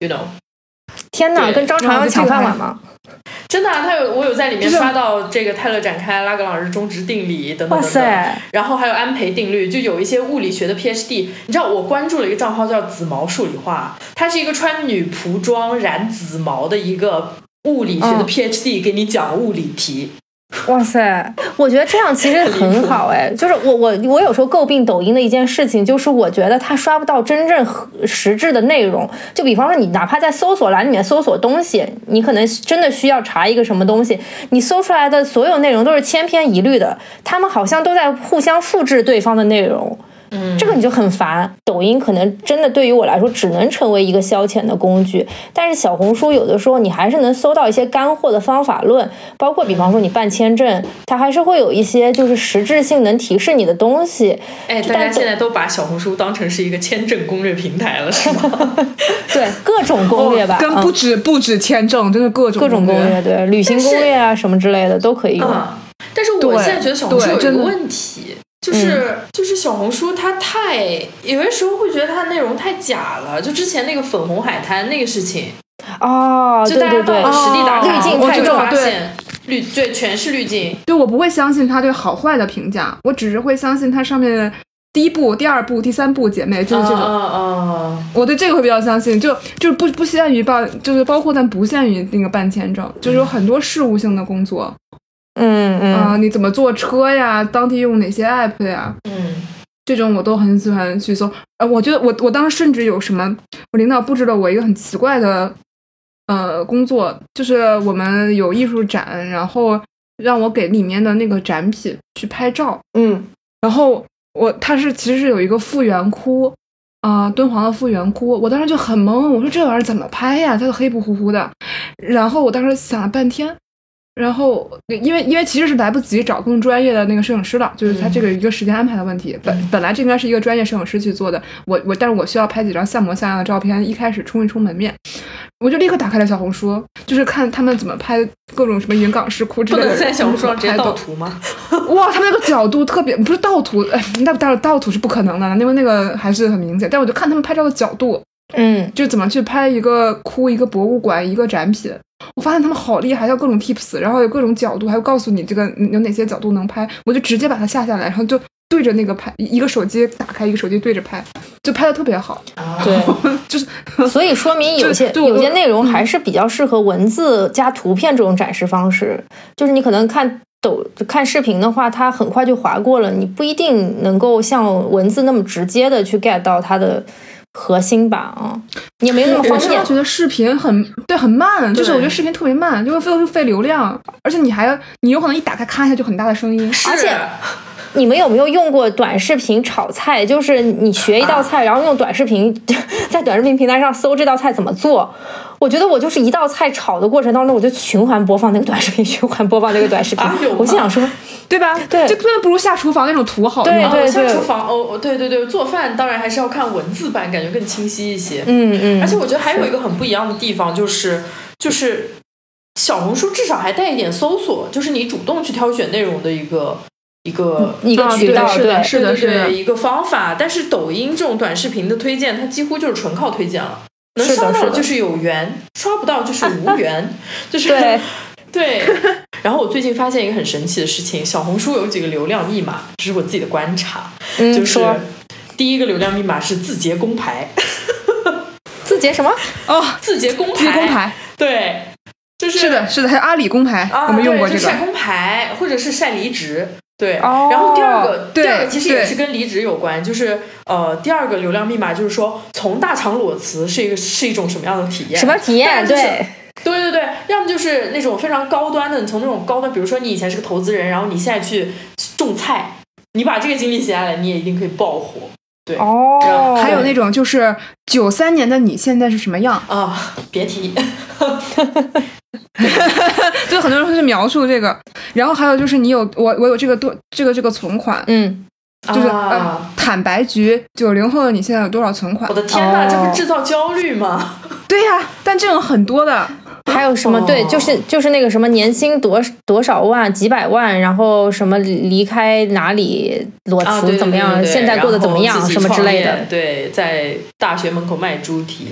Speaker 3: You know，
Speaker 1: 天哪，
Speaker 3: 对
Speaker 1: 跟张朝阳抢饭碗吗？
Speaker 3: 真的、啊，它有我有在里面刷到这个泰勒展开、拉格朗日中值定理等等
Speaker 1: 哇
Speaker 3: 等等，
Speaker 1: 塞，
Speaker 3: 然后还有安培定律，就有一些物理学的 PhD。你知道我关注了一个账号叫紫毛数理化，她是一个穿女仆装染紫毛的一个物理学的
Speaker 1: 嗯
Speaker 3: PhD，、给你讲物理题。
Speaker 1: 哇塞！我觉得这样其实很好 哎，就是我我我有时候诟病抖音的一件事情，就是我觉得它刷不到真正合实质的内容。就比方说，你哪怕在搜索栏里面搜索东西，你可能真的需要查一个什么东西，你搜出来的所有内容都是千篇一律的，他们好像都在互相复制对方的内容。嗯，这个你就很烦。抖音可能真的对于我来说，只能成为一个消遣的工具。但是小红书有的时候，你还是能搜到一些干货的方法论，包括比方说你办签证，它还是会有一些就是实质性能提示你的东西。
Speaker 3: 哎，大家现在都把小红书当成是一个签证攻略平台了，是吗？
Speaker 1: 对，各种攻略
Speaker 3: 哦
Speaker 1: 吧，
Speaker 2: 跟
Speaker 1: 嗯
Speaker 2: 不止、不止签证，真的各种
Speaker 1: 各种攻略，对，旅行攻略啊什么之类的都可以用。
Speaker 3: 啊，但是我
Speaker 2: 对
Speaker 3: 现在觉得小红书
Speaker 2: 对
Speaker 3: 有一
Speaker 2: 真
Speaker 3: 个
Speaker 2: 的
Speaker 3: 问题，就是
Speaker 1: 嗯
Speaker 3: 就是小红书它太有些时候会觉得它的内容太假了，就之前那个粉红海滩那个事情，
Speaker 1: 哦，
Speaker 3: 就
Speaker 1: 对
Speaker 3: 大家
Speaker 1: 对
Speaker 3: 到
Speaker 1: 对，哦
Speaker 3: 了实地打卡，
Speaker 1: 滤镜
Speaker 3: 我
Speaker 1: 太
Speaker 3: 就
Speaker 1: 重
Speaker 3: 发
Speaker 2: 对
Speaker 3: 现滤对全是滤镜，
Speaker 2: 对我不会相信他对好坏的评价，我只是会相信他上面第一步、第二步、第三步姐妹就是
Speaker 1: 嗯
Speaker 2: 这种。
Speaker 3: 啊啊啊！
Speaker 2: 我对这个会比较相信，就就是不不限于办，就是包括但不限于那个办签证，就是有很多事务性的工作，
Speaker 1: 嗯嗯。
Speaker 3: 哦
Speaker 2: 啊、你怎么坐车呀，当地用哪些 app 呀，
Speaker 3: 嗯，
Speaker 2: 这种我都很喜欢去搜。呃，我觉得我我当时甚至有什么，我领导布置了我一个很奇怪的呃工作，就是我们有艺术展，然后让我给里面的那个展品去拍照，
Speaker 1: 嗯
Speaker 2: 然后我它是其实是有一个复原窟，啊、敦煌的复原窟，我当时就很懵，我说这玩意儿怎么拍呀？它都黑不乎乎的。然后我当时想了半天，然后因为因为其实是来不及找更专业的那个摄影师了，就是他这个
Speaker 3: 嗯
Speaker 2: 一个时间安排的问题。本本来这应该是一个专业摄影师去做的，我我但是我需要拍几张像模像样的照片，一开始冲一冲门面。我就立刻打开了小红书，就是看他们怎么拍各种什么云冈石窟之
Speaker 3: 不
Speaker 2: 类的。
Speaker 3: 能在小红书上直接
Speaker 2: 拍
Speaker 3: 盗
Speaker 2: 动
Speaker 3: 图吗？
Speaker 2: 哇，他们那个角度特别，不是盗图， 哎，那当然盗图是不可能的，因为那个还是很明显。但我就看他们拍照的角度，
Speaker 1: 嗯，
Speaker 2: 就怎么去拍一个窟、一个博物馆、一个展品。我发现他们好厉害，要各种 tips，然后有各种角度，还有告诉你这个有哪些角度能拍。我就直接把它下下来，然后就对着那个拍，一个手机打开，一个手机对着拍，就拍的特别好。
Speaker 3: 啊，
Speaker 1: 对，
Speaker 2: 就是
Speaker 1: 所以说明有些
Speaker 2: 就就我
Speaker 1: 有些内容还
Speaker 3: 嗯
Speaker 1: 是比较适合文字加图片这种展示方式。就是你可能看抖看视频的话，它很快就划过了，你不一定能够像文字那么直接的去 get 到它的核心吧啊，也没有那么
Speaker 2: 我
Speaker 1: 方
Speaker 2: 真
Speaker 1: 便
Speaker 2: 的。觉得视频很对，很慢，就是
Speaker 3: 对
Speaker 2: 我觉得视频特别慢，就会费费流量，而且你还要你有可能一打开咔一下就很大的声音。
Speaker 3: 是
Speaker 1: 而且你们有没有用过短视频炒菜？就是你学一道菜，然后用短视频 在短视频平台上搜这道菜怎么做。我觉得我就是一道菜炒的过程当中，我就循环播放那个短视频，循环播放那个短视频。
Speaker 3: 啊有吗
Speaker 1: 我就想说，
Speaker 2: 对吧？
Speaker 1: 对
Speaker 2: 就根本不如下厨房那种图好用。
Speaker 1: 对对
Speaker 3: 哦像
Speaker 1: 对
Speaker 3: 厨房哦，哦对对对，做饭当然还是要看文字版，感觉更清晰一些。
Speaker 1: 嗯嗯，
Speaker 3: 而且我觉得还有一个很不一样的地方，就是就是小红书至少还带一点搜索，就是你主动去挑选内容的一个一个
Speaker 1: 一个
Speaker 2: 啊
Speaker 1: 渠
Speaker 2: 对
Speaker 1: 道，
Speaker 2: 是的是的
Speaker 3: 对对
Speaker 2: 是的
Speaker 3: 一个方法。但是抖音这种短视频的推荐，它几乎就是纯靠推荐了。能
Speaker 1: 是的
Speaker 3: 刷
Speaker 1: 是
Speaker 3: 到
Speaker 1: 的
Speaker 3: 就是有缘，刷不到就是无缘，就 是
Speaker 1: 对
Speaker 3: 对。然后我最近发现一个很神奇的事情，小红书有几个流量密码，这是我自己的观察，
Speaker 1: 嗯，
Speaker 3: 就是
Speaker 1: 说
Speaker 3: 第一个流量密码是字节公牌，
Speaker 1: 字节什么？
Speaker 2: 哦，
Speaker 3: 字节公
Speaker 2: 鞠躬牌，
Speaker 3: 对，就是
Speaker 2: 是的，是的，还有阿里工牌，
Speaker 3: 啊，
Speaker 2: 我们用过这
Speaker 3: 对就
Speaker 2: 个
Speaker 3: 晒。工牌或者是晒离职。对，
Speaker 2: 哦
Speaker 3: 然后第二个，第二个
Speaker 2: 对
Speaker 3: 其实也
Speaker 2: 对
Speaker 3: 是跟离职有关，就是呃，第二个流量密码就是说，从大厂裸辞是一个是一种什么样的体验？
Speaker 1: 什么体验？
Speaker 3: 但是就是
Speaker 1: 对，
Speaker 3: 对对对，要么就是那种非常高端的，你从那种高端，比如说你以前是个投资人，然后你现在去种菜，你把这个经历写下来，你也一定可以爆火
Speaker 1: 哦，
Speaker 2: 还有那种就是九三年的你现在是什么样？
Speaker 3: 啊！别提，
Speaker 2: 就很多人会去描述这个。然后还有就是你有我我有这个多这个这个存款，
Speaker 1: 嗯，
Speaker 2: 就是、
Speaker 3: 啊
Speaker 2: 呃、坦白局九零后的你现在有多少存款
Speaker 3: 我？的天呐，
Speaker 1: 哦
Speaker 3: 这不是制造焦虑吗？
Speaker 2: 对呀、但这种很多的，
Speaker 1: 还有什么？
Speaker 3: 哦
Speaker 1: 对，就是就是那个什么年薪多多少万、几百万，然后什么离开哪里裸
Speaker 3: 啊，对
Speaker 1: 辞呃怎么样？现在过得怎么样？什么之类的？？
Speaker 3: 对对对然后自己创业对，在大学门口卖猪蹄，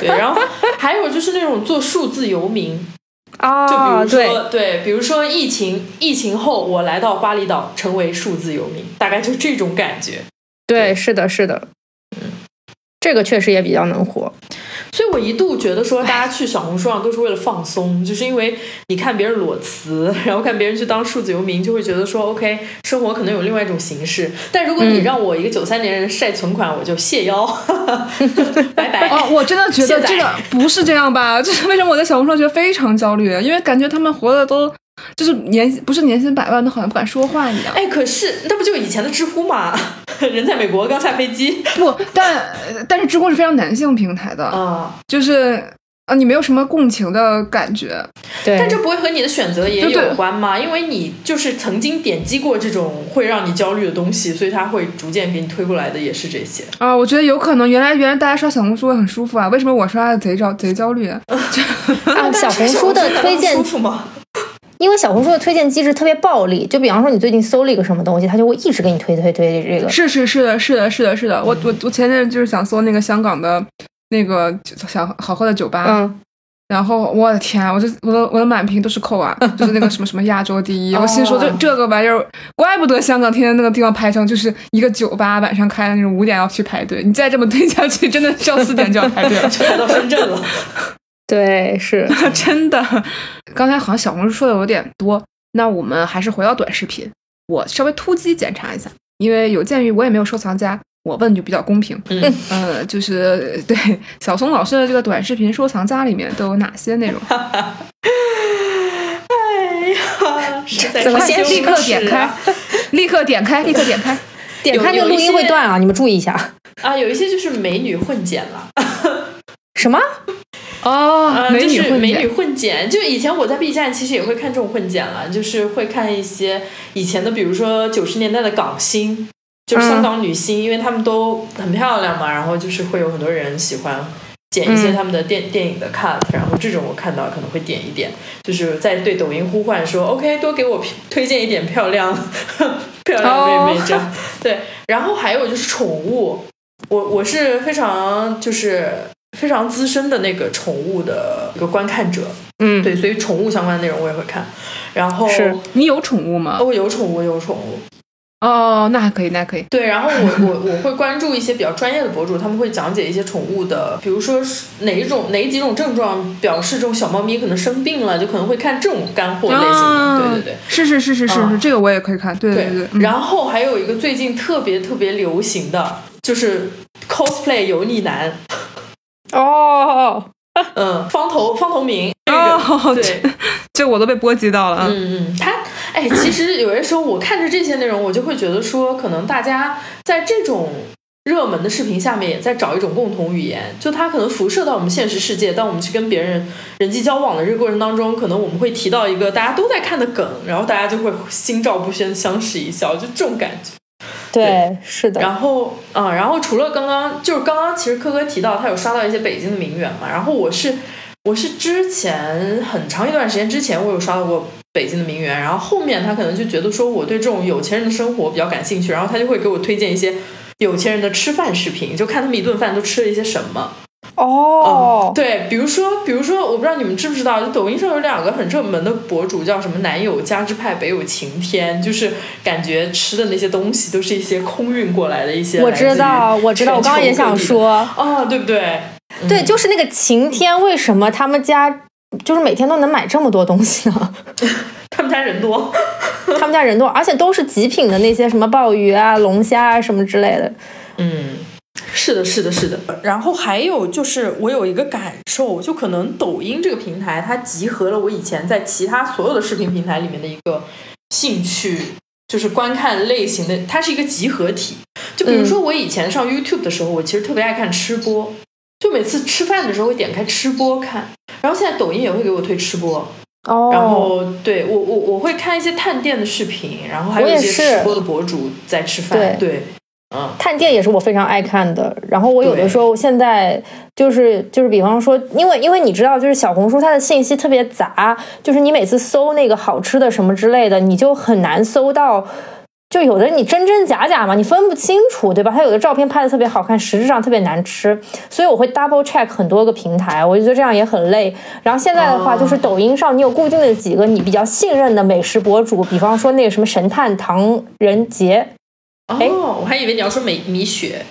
Speaker 3: 对，然后还有就是那种做数字游民，就比
Speaker 1: 啊，
Speaker 3: 如
Speaker 1: 对，
Speaker 3: 说、对，比如说疫情疫情后，我来到巴厘岛成为数字游民，大概就这种感觉。
Speaker 1: 对，是的，是的，这个确实也比较能火。
Speaker 3: 所以我一度觉得说，大家去小红书上都是为了放松，就是因为你看别人裸辞，然后看别人去当数字游民，就会觉得说，OK，生活可能有另外一种形式。但如果你
Speaker 1: 嗯
Speaker 3: 让我一个九三年人晒存款，我就谢 邀，拜 拜。
Speaker 2: 哦，我真的觉
Speaker 3: 卸
Speaker 2: 得
Speaker 3: 载
Speaker 2: 这个不是这样吧？ 这是为什么我在小红书上觉得非常焦虑？因为感觉他们活的都就是年不是年薪百万，都好像不敢说话一样。
Speaker 3: 哎，可是那不就以前的知乎嘛？人在美国刚下飞机
Speaker 2: 不，但呃但是知乎是非常男性平台的，
Speaker 3: 啊，
Speaker 2: 就是啊，你没有什么共情的感觉。
Speaker 1: 对，
Speaker 3: 但这不会和你的选择也
Speaker 2: 就对
Speaker 3: 有关吗？因为你就是曾经点击过这种会让你焦虑的东西，所以它会逐渐给你推过来的也是这些。
Speaker 2: 啊，我觉得有可能，原来原来大家刷小红书会很舒服啊，为什么我刷的贼焦贼焦虑？
Speaker 1: 啊，小红书的推荐
Speaker 3: 舒服吗？
Speaker 1: 因为小红书的推荐机制特别暴力，就比方说你最近搜了一个什么东西，它就会一直给你推推推这个。
Speaker 2: 是是是的，是的，是的，是的。我我我前阵就是想搜那个香港的那个酒想好喝的酒吧，
Speaker 1: 嗯，
Speaker 2: 然后我的天啊，我这我的我的满屏都是扣啊，就是那个什么什么亚洲第一，
Speaker 3: 哦
Speaker 2: 我心说这这个玩意儿，怪不得香港天天那个地方排成就是一个酒吧晚上开的那种五点要去排队，你再这么推下去，真的是要四点就要排队了，
Speaker 3: 就来到深圳了。
Speaker 1: 对， 是
Speaker 2: 真的。刚才好像小红书说的有点多，那我们还是回到短视频，我稍微突击检查一下，因为有鉴于我也没有收藏夹，我问就比较公平。
Speaker 3: 嗯，
Speaker 2: 呃，就是对小松老师的这个短视频收藏夹里面都有哪些内容？
Speaker 3: 哎呀，实在
Speaker 1: 怎么
Speaker 3: 是
Speaker 1: 先
Speaker 3: 羞
Speaker 2: 立刻
Speaker 3: 耻
Speaker 2: 点开
Speaker 3: 啊？，
Speaker 2: 立刻点开，立刻点开。
Speaker 1: 点开那个录音会断啊，你们注意一下。
Speaker 3: 啊，有一些就是美女混剪了，
Speaker 1: 什么？
Speaker 2: 哦
Speaker 3: 啊，
Speaker 2: 美女
Speaker 3: 就是
Speaker 2: 混
Speaker 3: 美女
Speaker 2: 剪，
Speaker 3: 混剪。就以前我在 B 站其实也会看这种混剪了，就是会看一些以前的，比如说九十年代的港星，就是
Speaker 2: 嗯
Speaker 3: 香港女星，因为她们都很漂亮嘛，然后就是会有很多人喜欢。剪一些
Speaker 1: 嗯
Speaker 3: 他们的电、电影的 cut，然后这种我看到可能会点一点，就是在对抖音呼唤说 OK，多给我推荐一点漂亮 漂亮妹妹这样。 对，然后还有就是宠物，我我是非常就是非常资深的那个宠物的一个观看者，
Speaker 1: 嗯，
Speaker 3: 对，所以宠物相关的内容我也会看。然后
Speaker 1: 是
Speaker 2: 你有宠物吗
Speaker 3: 哦，？我有宠物，有宠物。
Speaker 2: 哦，那还可以，那还可以。
Speaker 3: 对，然后我我我会关注一些比较专业的博主，他们会讲解一些宠物的，比如说是哪一种哪几种症状表示这种小猫咪可能生病了，就可能会看这种干货类型
Speaker 1: 啊
Speaker 3: 的。对对对。
Speaker 2: 啊是是是是是
Speaker 3: 啊
Speaker 2: 是，这个我也可以看。对对对，嗯
Speaker 3: 然后还有一个最近特别特别流行的就是 cosplay 油腻男，
Speaker 1: 哦，
Speaker 3: 嗯，方头方头明，这个、
Speaker 2: 哦，
Speaker 3: 对，
Speaker 2: 这我都被波及到了。嗯，
Speaker 3: 嗯嗯，他哎，其实有些时候我看着这些内容，我就会觉得说，可能大家在这种热门的视频下面也在找一种共同语言，就它可能辐射到我们现实世界。当我们去跟别人人际交往的这个过程当中，可能我们会提到一个大家都在看的梗，然后大家就会心照不宣，相视一笑，就这种感觉。
Speaker 1: 对，是的。
Speaker 3: 然后啊、然后除了刚刚，就是刚刚其实科科提到他有刷到一些北京的名媛嘛，然后我是我是之前很长一段时间之前我有刷到过北京的名媛，然后后面他可能就觉得说我对这种有钱人的生活比较感兴趣，然后他就会给我推荐一些。有钱人的吃饭视频，就看他们一顿饭都吃了一些什么。
Speaker 1: 哦，
Speaker 3: 对，比如说，比如说，我不知道你们知不知道，就抖音上有两个很热门的博主，叫什么“南有家之派，北有晴天”，就是感觉吃的那些东西都是一些空运过来的一些。
Speaker 1: 我知道，我知道，我刚刚也想。说，
Speaker 3: 啊，对不对？
Speaker 1: 对，就是那个晴天，为什么他们家就是每天都能买这么多东西呢？
Speaker 3: 他们家人多，
Speaker 1: 他们家人多，而且都是极品的那些什么鲍鱼啊、龙虾啊什么之类的。
Speaker 3: 嗯，是的，是的，是的。然后还有就是，我有一个感受，就可能抖音这个平台，它集合了我以前在其他所有的视频平台里面的一个兴趣，就是观看类型的，它是一个集合体。就比如说我以前上 YouTube 的时候，我其实特别爱看吃播，就每次吃饭的时候会点开吃播看。然后现在抖音也会给我推吃播，
Speaker 1: 哦，
Speaker 3: 然后对我我我会看一些探店的视频，然后还有
Speaker 1: 我也
Speaker 3: 一些
Speaker 1: 是
Speaker 3: 吃播的博主在吃饭，
Speaker 1: 对
Speaker 3: 对嗯，
Speaker 1: 探店也是我非常爱看的。然后我有的
Speaker 3: 对
Speaker 1: 时候现在就是就是，比方说，因为因为你知道，就是小红书它的信息特别杂，就是你每次搜那个好吃的什么之类的，你就很难搜到。就有的你真真假假嘛，你分不清楚，对吧？它有的照片拍的特别好看，实质上特别难吃，所以我会 double check 很多个平台，我就觉得这样也很累。然后现在的话，
Speaker 3: 哦
Speaker 1: 就是抖音上你有固定的几个你比较信任的美食博主，比方说那个什么神探唐人杰，哎
Speaker 3: 哦，我还以为你要说美米雪，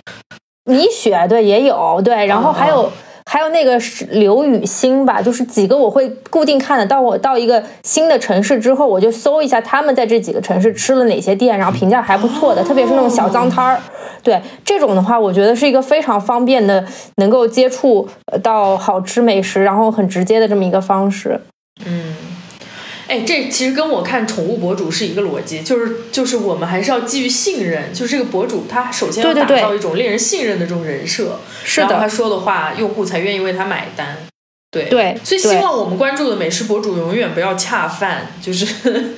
Speaker 1: 米雪对也有对，然后还有、
Speaker 3: 哦
Speaker 1: 还有那个是刘雨欣吧，就是几个我会固定看的。到我到一个新的城市之后，我就搜一下他们在这几个城市吃了哪些店，然后评价还不
Speaker 3: 啊
Speaker 1: 错的，特别是那种小脏摊儿。对这种的话，我觉得是一个非常方便的，能够接触呃到好吃美食，然后很直接的这么一个方式。
Speaker 3: 嗯，哎，这其实跟我看宠物博主是一个逻辑，就是就是我们还是要基于信任，就是这个博主他首先要
Speaker 1: 对
Speaker 3: 打
Speaker 1: 对对
Speaker 3: 造一种令人信任的这种人设，
Speaker 1: 是
Speaker 3: 然后他
Speaker 1: 的，
Speaker 3: 说的话，用户才愿意为他买单。对，
Speaker 1: 对，
Speaker 3: 所以希
Speaker 1: 对
Speaker 3: 望我们关注的美食博主永远不要恰饭，就是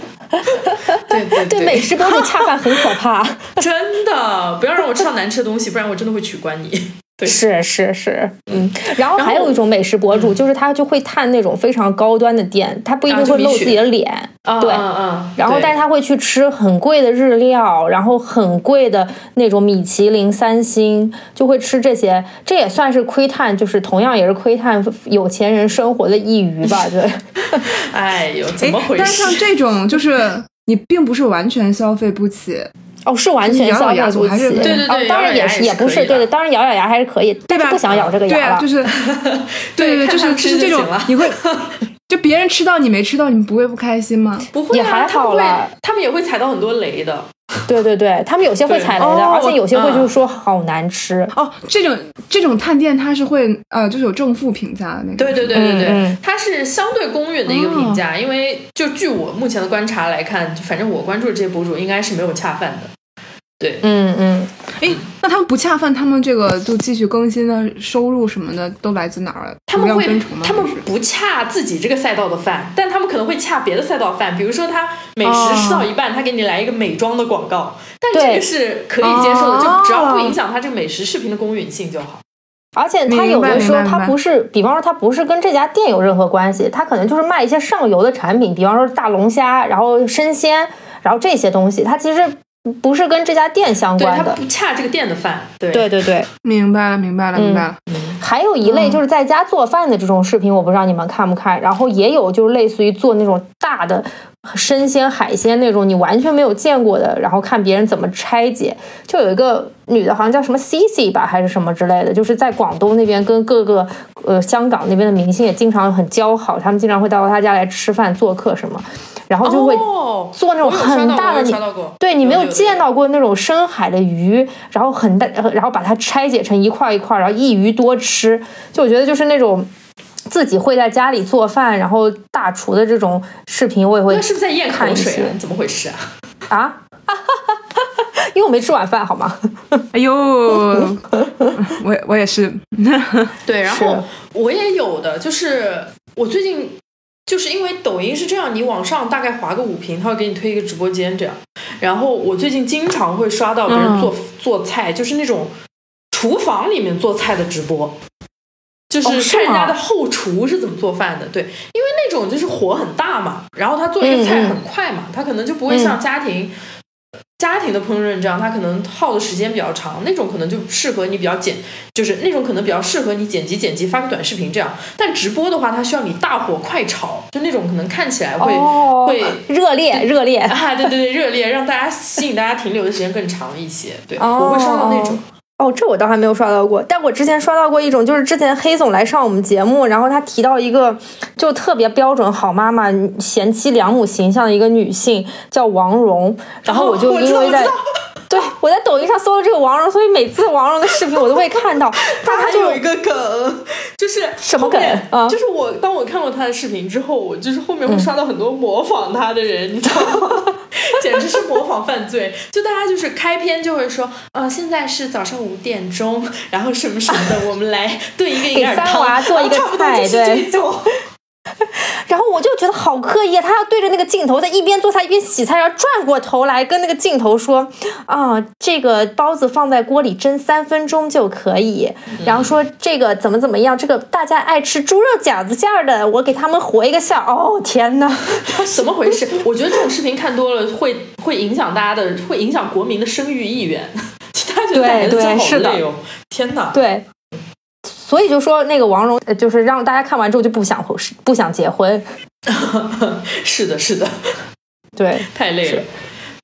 Speaker 3: 对对
Speaker 1: 对美食博主恰饭很可怕。
Speaker 3: 真的，不要让我吃到难吃的东西，不然我真的会取关 你。对
Speaker 1: 是是是，嗯，然后
Speaker 3: 然后
Speaker 1: 还有一种美食博主，就是他就会探那种非常高端的店，他不一定
Speaker 3: 啊就
Speaker 1: 会
Speaker 3: 米
Speaker 1: 露
Speaker 3: 雪
Speaker 1: 自己的脸，
Speaker 3: 啊
Speaker 1: 对
Speaker 3: 啊啊！
Speaker 1: 然后
Speaker 3: 对
Speaker 1: 但是他会去吃很贵的日料，然后很贵的那种米其林三星，就会吃这些，这也算是窥探，就是同样也是窥探有钱人生活的一隅吧，对，
Speaker 3: 哎呦，怎
Speaker 4: 哎
Speaker 3: 么回，
Speaker 4: 但
Speaker 3: 事
Speaker 4: 像？这种 就是你并不是完全消费不起，
Speaker 1: 哦，是完全
Speaker 4: 咬咬
Speaker 1: 消
Speaker 4: 牙
Speaker 1: 费
Speaker 4: 总
Speaker 1: 不
Speaker 4: 还是
Speaker 1: 起，
Speaker 4: 对
Speaker 3: 对
Speaker 1: 哦
Speaker 3: 对
Speaker 1: 当
Speaker 3: 咬
Speaker 1: 然
Speaker 3: 咬
Speaker 1: 也
Speaker 3: 牙
Speaker 1: 是
Speaker 3: 也
Speaker 1: 也
Speaker 3: 是
Speaker 1: 不
Speaker 3: 可以
Speaker 1: 是对
Speaker 3: 的
Speaker 1: 的，当然咬咬牙还是可以，
Speaker 4: 对
Speaker 1: 但
Speaker 4: 吧？
Speaker 1: 是不想咬这个牙
Speaker 4: 对
Speaker 1: 了，
Speaker 4: 啊，就是 对
Speaker 3: 对
Speaker 4: 对，就
Speaker 3: 看
Speaker 4: 是
Speaker 3: 看
Speaker 4: 就
Speaker 3: 吃
Speaker 4: 是
Speaker 3: 就
Speaker 4: 这种
Speaker 3: 行了，
Speaker 4: 你会就别人吃到你没吃到，你不会不开心吗？
Speaker 3: 不会、啊，
Speaker 1: 也还
Speaker 3: 他们
Speaker 1: 好
Speaker 3: 会
Speaker 1: 啦，
Speaker 3: 他们也会踩到很多雷的。
Speaker 1: 对对对，他们有些会
Speaker 3: 对
Speaker 1: 踩雷的，
Speaker 4: 哦
Speaker 1: 而且有些会
Speaker 3: 嗯
Speaker 1: 就是说好难吃，
Speaker 4: 哦，这种这种探店它是会呃，就是有正负评价的那种。
Speaker 3: 对对对对对，
Speaker 1: 嗯嗯哦
Speaker 3: 它是相对公允的一个评价，因为就据我目前的观察来看，就反正我关注的这些博主应该是没有恰饭的。对，
Speaker 1: 嗯嗯。
Speaker 4: 哎，那他们不恰饭，他们这个就继续更新的收入什么的都来自哪儿啊？
Speaker 3: 他们
Speaker 4: 流
Speaker 3: 会
Speaker 4: 量分成吗？
Speaker 3: 他们
Speaker 4: 还是
Speaker 3: 不恰自己这个赛道的饭，但他们可能会恰别的赛道饭，比如说他美食吃到一半，他给你来一个美妆的广告，但这
Speaker 1: 哦对
Speaker 3: 个是可以接受的，就只要不
Speaker 4: 哦
Speaker 3: 影响他这个美食视频的公允性就好。
Speaker 1: 而且它有
Speaker 4: 明白
Speaker 1: 的时候
Speaker 4: 明白明
Speaker 1: 它
Speaker 4: 白
Speaker 1: 不是，比方说它不是跟这家店有任何关系，它可能就是卖一些上游的产品，比方说大龙虾，然后生鲜，然后这些东西，它其实不是跟这家店相
Speaker 3: 对，
Speaker 1: 关
Speaker 3: 他
Speaker 1: 的。
Speaker 3: 不恰这个店的饭。对
Speaker 1: 对对对，
Speaker 4: 明白了，明白了，明白了。
Speaker 1: 还有一
Speaker 3: 嗯
Speaker 1: 类就是在家做饭的这种视频，我不知道你们看不看。然后也有就是类似于做那种大的生鲜海鲜那种你完全没有见过的，然后看别人怎么拆解。就有一个女的，好像叫什么 Cici 吧，还是什么之类的，就是在广东那边跟各个呃香港那边的明星也经常很交好，他们经常会到她家来吃饭做客什么，然后就会
Speaker 3: 哦
Speaker 1: 做那种
Speaker 3: 我有刷
Speaker 1: 很
Speaker 3: 到过
Speaker 1: 大的
Speaker 3: 我有
Speaker 1: 你
Speaker 3: 刷到过
Speaker 1: 对你没
Speaker 3: 有
Speaker 1: 有
Speaker 3: 有
Speaker 1: 见到过那种深海的鱼，然后很大，呃然后把它拆解成一块一块，然后一鱼多吃。就我觉得就是那种自己会在家里做饭，然后大厨的这种视频，我也会
Speaker 3: 那是不是在咽口水
Speaker 1: 看一
Speaker 3: 啊
Speaker 1: 些？
Speaker 3: 怎么回事啊？
Speaker 1: 啊。 因为我没吃晚饭，好吗？
Speaker 3: 嗯
Speaker 4: 哎 呦，我也我也是，
Speaker 3: 对，然后我也有的，就是我最近就是因为抖音是这样，你往上大概划个五屏，它会给你推一个直播间这样。然后我最近经常会刷到别
Speaker 1: 嗯
Speaker 3: 人做、做菜，就是那种厨房里面做菜的直播。就是
Speaker 1: 哦是
Speaker 3: 看人家
Speaker 1: 吗
Speaker 3: 的后厨是怎么做饭的，对，因为那种就是火很大嘛，然后他做一
Speaker 1: 嗯
Speaker 3: 个菜
Speaker 1: 嗯
Speaker 3: 很快嘛，他可能就不会像家庭家庭的烹饪这样，它可能耗的时间比较长，那种可能就适合你比较剪，就是那种可能比较适合你剪辑剪辑发个短视频这样。但直播的话，它需要你大火快炒，就那种可能看起来会、
Speaker 1: 哦
Speaker 3: 会，
Speaker 1: 热烈热烈，
Speaker 3: 啊，对对对，热烈，让大家吸引大家停留的时间更长一些。对，
Speaker 1: 哦
Speaker 3: 我会刷到那种
Speaker 1: 哦。哦，这我倒还没有刷到过，但我之前刷到过一种，就是之前黑总来上我们节目，然后他提到一个就特别标准好妈妈贤妻良母形象的一个女性，叫王蓉，然后我就
Speaker 3: 哦我知
Speaker 1: 因
Speaker 3: 道
Speaker 1: 为在、
Speaker 3: 我知道
Speaker 1: 对我在抖音上搜了这个王蓉，所以每次王蓉的视频我都会看 到，但
Speaker 3: 他
Speaker 1: 她
Speaker 3: 还
Speaker 1: 就
Speaker 3: 有一个梗，就是
Speaker 1: 什么
Speaker 3: 后面
Speaker 1: 梗啊嗯
Speaker 3: 就是我当我看过他的视频之后，我就是后面会刷到很多模仿他的人，你知道吗？ 简直是模仿犯罪！就大家就是开篇就会说，呃，现在是早上五点钟，然后什么什么的，我们来炖一个银耳
Speaker 1: 给三娃
Speaker 3: 汤，啊
Speaker 1: 做一个
Speaker 3: 差不多
Speaker 1: 菜
Speaker 3: 就是这种。
Speaker 1: 然后我就觉得好刻意啊，他要对着那个镜头，他一边做菜一边洗菜，然后转过头来跟那个镜头说：“啊，这个包子放在锅里蒸三分钟就可以。”
Speaker 3: 嗯
Speaker 1: 然后说这个怎么怎么样，这个大家爱吃猪肉饺子馅儿的，我给他们和一个馅儿。哦，天 哪！
Speaker 3: 怎么回事？我觉得这种视频看多了会会影响大家的，会影响国民的生育意愿。 其他觉得带孩子
Speaker 1: 对对
Speaker 3: 真好
Speaker 1: 是的
Speaker 3: 累哦！天哪，
Speaker 1: 对，所以就说那个王蓉，呃就是让大家看完之后就不想不想结婚。
Speaker 3: 是的，是的，
Speaker 1: 对，
Speaker 3: 太累了。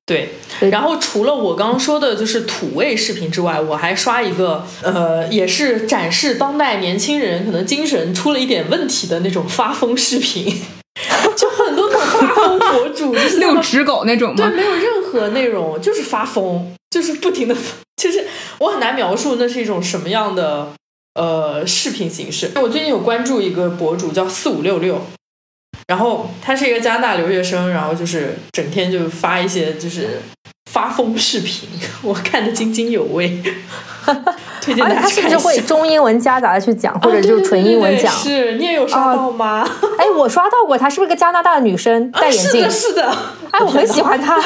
Speaker 3: 对，
Speaker 1: 对
Speaker 3: 然后除了我刚刚说的就是土味视频之外，我还刷一个，呃，也是展示当代年轻人可能精神出了一点问题的那种发疯视频， 就很多那种发疯博主，就是他
Speaker 4: 遛
Speaker 3: 们
Speaker 4: 纸狗那种
Speaker 3: 对，
Speaker 4: 吗？
Speaker 3: 没有任何内容， 就是发疯，就是不停的， 就是我很难描述那是一种什么样的呃视频形式。我最近有关注一个博主叫四五六六，然后他是一个加拿大留学生，然后就是整天就发一些就是发疯视频， 我看得津津有味。 推荐
Speaker 1: 而且啊
Speaker 3: 大家
Speaker 1: 他是
Speaker 3: 去
Speaker 1: 不
Speaker 3: 看
Speaker 1: 是
Speaker 3: 一
Speaker 1: 会
Speaker 3: 下。
Speaker 1: 中英文夹杂的去讲，或者就是纯英文讲
Speaker 3: 啊？对对对对对是你也有刷
Speaker 1: 啊
Speaker 3: 到吗？
Speaker 1: 哎，我刷到过，她是不是个加拿大的女生，戴眼
Speaker 3: 啊 是
Speaker 1: 镜
Speaker 3: 的，？是的，
Speaker 1: 哎，我很喜欢她。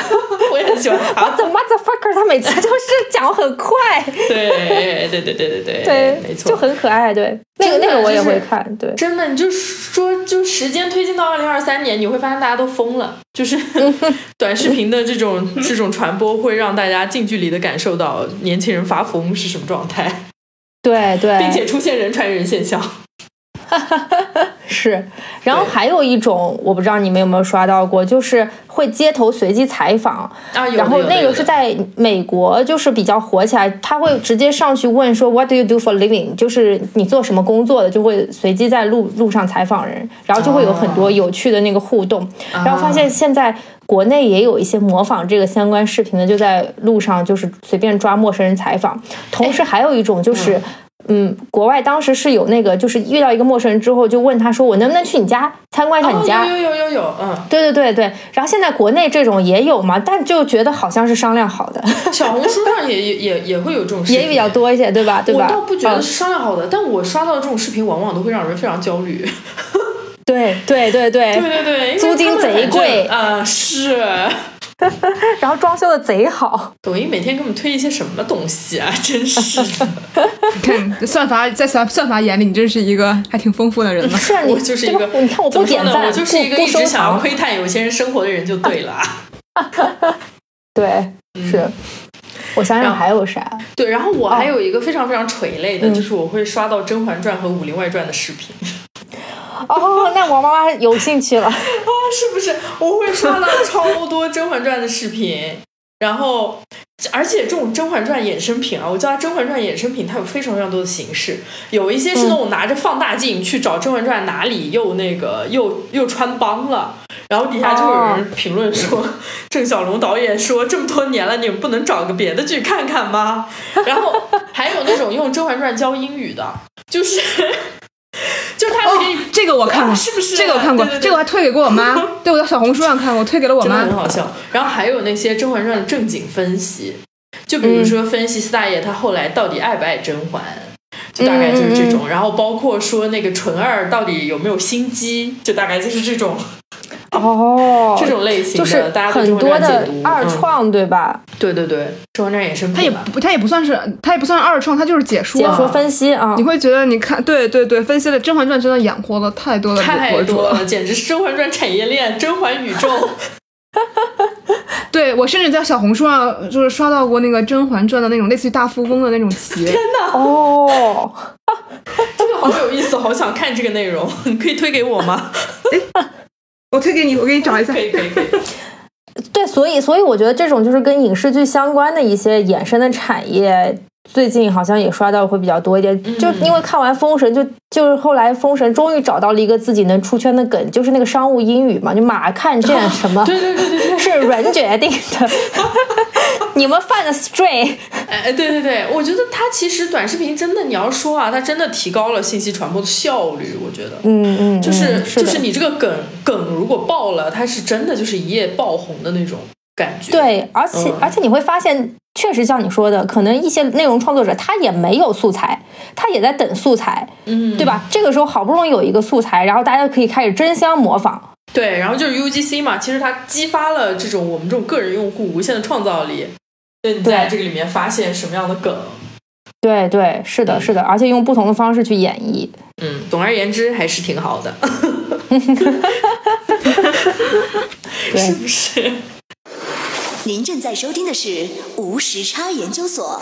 Speaker 3: 我也很喜欢啊他
Speaker 1: What。the motherfucker？他每次就是讲很快，
Speaker 3: 对对对对对对，
Speaker 1: 对，
Speaker 3: 没错，
Speaker 1: 就很可爱。对，那个
Speaker 3: 真的
Speaker 1: 那个我也
Speaker 3: 就是
Speaker 1: 会看。对，
Speaker 3: 真的，你就说，就时间推进到二零二三年，你会发现大家都疯了，就是 短视频的这种这种传播，会让大家近距离的感受到年轻人发疯是什么状态，
Speaker 1: 对对，
Speaker 3: 并且出现人传人现象。
Speaker 1: 是。然后
Speaker 3: 对
Speaker 1: 还有一种，我不知道你们有没有刷到过，就是会街头随机采访，
Speaker 3: 啊，有的
Speaker 1: 然后
Speaker 3: 有的
Speaker 1: 那
Speaker 3: 有
Speaker 1: 个
Speaker 3: 的
Speaker 1: 是在美国就是比较火起来，他会直接上去问说 What do you do for living？就是你做什么工作的，就会随机在路路上采访人，然后就会有很多有趣的那个互动。
Speaker 3: 啊
Speaker 1: 然后发现现在国内也有一些模仿这个相关视频的，就在路上就是随便抓陌生人采访。同时还有一种就是。嗯，国外当时是有那个，就是遇到一个陌生人之后，就问他说：“我能不能去你家参观一下
Speaker 3: 哦
Speaker 1: 你家？”
Speaker 3: 有有有有有，嗯，
Speaker 1: 对对对对，然后现在国内这种也有嘛，但就觉得好像是商量好 的，
Speaker 3: 小红书上也也也也会有这种视频，
Speaker 1: 也比较。多一些，对吧？对
Speaker 3: 我
Speaker 1: 吧？
Speaker 3: 倒不觉得
Speaker 1: 嗯
Speaker 3: 是商量好的，但我刷到这种视频，往往都会让人非常焦虑。
Speaker 1: 对对对对
Speaker 3: 对对对，因为
Speaker 1: 哎租金
Speaker 3: 他们
Speaker 1: 贼
Speaker 3: 反正
Speaker 1: 贵
Speaker 3: 啊，是。
Speaker 1: 然后装修的贼 好，。
Speaker 3: 抖音每天给我们推一些什么东西啊，真是的。
Speaker 4: 你看算法在算算法眼里，你真是一个还挺丰富的 人呢
Speaker 1: 是啊，你
Speaker 3: 我就是一
Speaker 1: 对
Speaker 3: 个
Speaker 1: 吧，你看我
Speaker 3: 怎
Speaker 1: 不
Speaker 3: 么说
Speaker 1: 点
Speaker 3: 呢
Speaker 1: 赞，
Speaker 3: 我就是一个
Speaker 1: 不
Speaker 3: 一
Speaker 1: 不收
Speaker 3: 直想要
Speaker 1: 藏，
Speaker 3: 窥探有些人生活的人就对了啊。
Speaker 1: 对，是。我想
Speaker 3: 嗯然
Speaker 1: 想
Speaker 3: 后
Speaker 1: 还有啥？
Speaker 3: 对，然后我还有一个非常非常垂类的，
Speaker 1: 嗯
Speaker 3: 就是我会刷到《甄嬛传》和《武林外传》的视频，
Speaker 1: 哦，那王妈妈有兴趣 了。
Speaker 3: 是不是？我会刷到超多《甄嬛传》的视频，然后而且这种《甄嬛传》衍生品啊，我叫它《甄嬛传》衍生品，它有非常非常多的形式，有一些是那种拿着放大镜去找《甄嬛传》哪里又那个又又穿帮了。然后底下就有人评论说，郑晓龙导演说这么多年了，你们不能找个别的剧看看吗？然后还有那种用《甄嬛传》教英语的，就是就是他会给你
Speaker 4: 哦这个我看过，
Speaker 3: 啊是不是
Speaker 4: 这个我看过，
Speaker 3: 对对对
Speaker 4: 这个我还推给过我 妈，对，我在小红书上看过，我推给了我
Speaker 3: 真的
Speaker 4: 妈
Speaker 3: 很。好笑。然后还有那些《甄嬛传》的正经分析，就比如说
Speaker 1: 嗯
Speaker 3: 分析四大爷他后来到底爱不爱甄嬛，就大概就是
Speaker 1: 嗯
Speaker 3: 这种。然后包括说那个纯儿到底有没有心机，就大概就是这种、
Speaker 1: 哦，
Speaker 3: 这种类型的，
Speaker 1: 就是
Speaker 3: 大家对
Speaker 1: 很
Speaker 3: 《甄嬛
Speaker 1: 多
Speaker 3: 传》
Speaker 1: 的
Speaker 3: 解读
Speaker 1: 二、
Speaker 3: 嗯
Speaker 1: 创，对吧？
Speaker 3: 对对对，《甄嬛传》衍生
Speaker 4: 她也
Speaker 3: 品吧。
Speaker 4: 不，她也不算是，她也不算二创，她就是解说
Speaker 1: 解
Speaker 4: 啊。
Speaker 1: 说分析啊
Speaker 4: 你，会觉得，你看，对对对，分析了《甄嬛传》真的养活了太多的
Speaker 3: 太
Speaker 4: 博主
Speaker 3: 多
Speaker 4: 了。
Speaker 3: 了，简直是《甄嬛传》产业链，《甄嬛宇宙》
Speaker 4: 对我甚至在小红书上就是刷到过那个《甄嬛传》的那种类似于大富翁的那种棋，
Speaker 1: 哦，
Speaker 3: 这个好有意思，好想看这个内容， 你可以推给我吗？
Speaker 4: 我推给你，我给你找一下
Speaker 3: 可。以可以可以，
Speaker 1: 对，所以所以我觉得这种就是跟影视剧相关的一些衍生的产业，最近好像也刷到会比较多一
Speaker 3: 嗯
Speaker 1: 点，就因为看完《封神》就，就就是后来《封神》终于找到了一个自己能出圈的梗，就是那个商务英语嘛，就马看见什么，
Speaker 3: 哦 对对对对对，
Speaker 1: 是人决定 的，你们犯的 stray，
Speaker 3: 哎，对对对，我觉得它其实短视频真的，你要说啊，它真的提高了信息传播的效率，我觉得，
Speaker 1: 嗯嗯，
Speaker 3: 就是
Speaker 1: 嗯是
Speaker 3: 就
Speaker 1: 的
Speaker 3: 是你这个梗梗如果爆了，它是真的就是一夜爆红的那种感觉。
Speaker 1: 对，而且、
Speaker 3: 嗯
Speaker 1: 而且你会发现，确实像你说的，可能一些内容创作者他也没有素材，他也在等素材，
Speaker 3: 嗯，
Speaker 1: 对吧？这个时候好不容易有一个素材，然后大家可以开始争相模仿。
Speaker 3: 对，然后就是 UGC 嘛，其实它激发了这种我们这种个人用户无限的创造力。对，你在这个里面发现什么样的梗？
Speaker 1: 对对，是的，是的，而且用不同的方式去演绎。
Speaker 3: 嗯，总而言之还是挺 好的， 是
Speaker 1: 对，
Speaker 3: 不是？
Speaker 5: 您正在收听的是无时差研究所。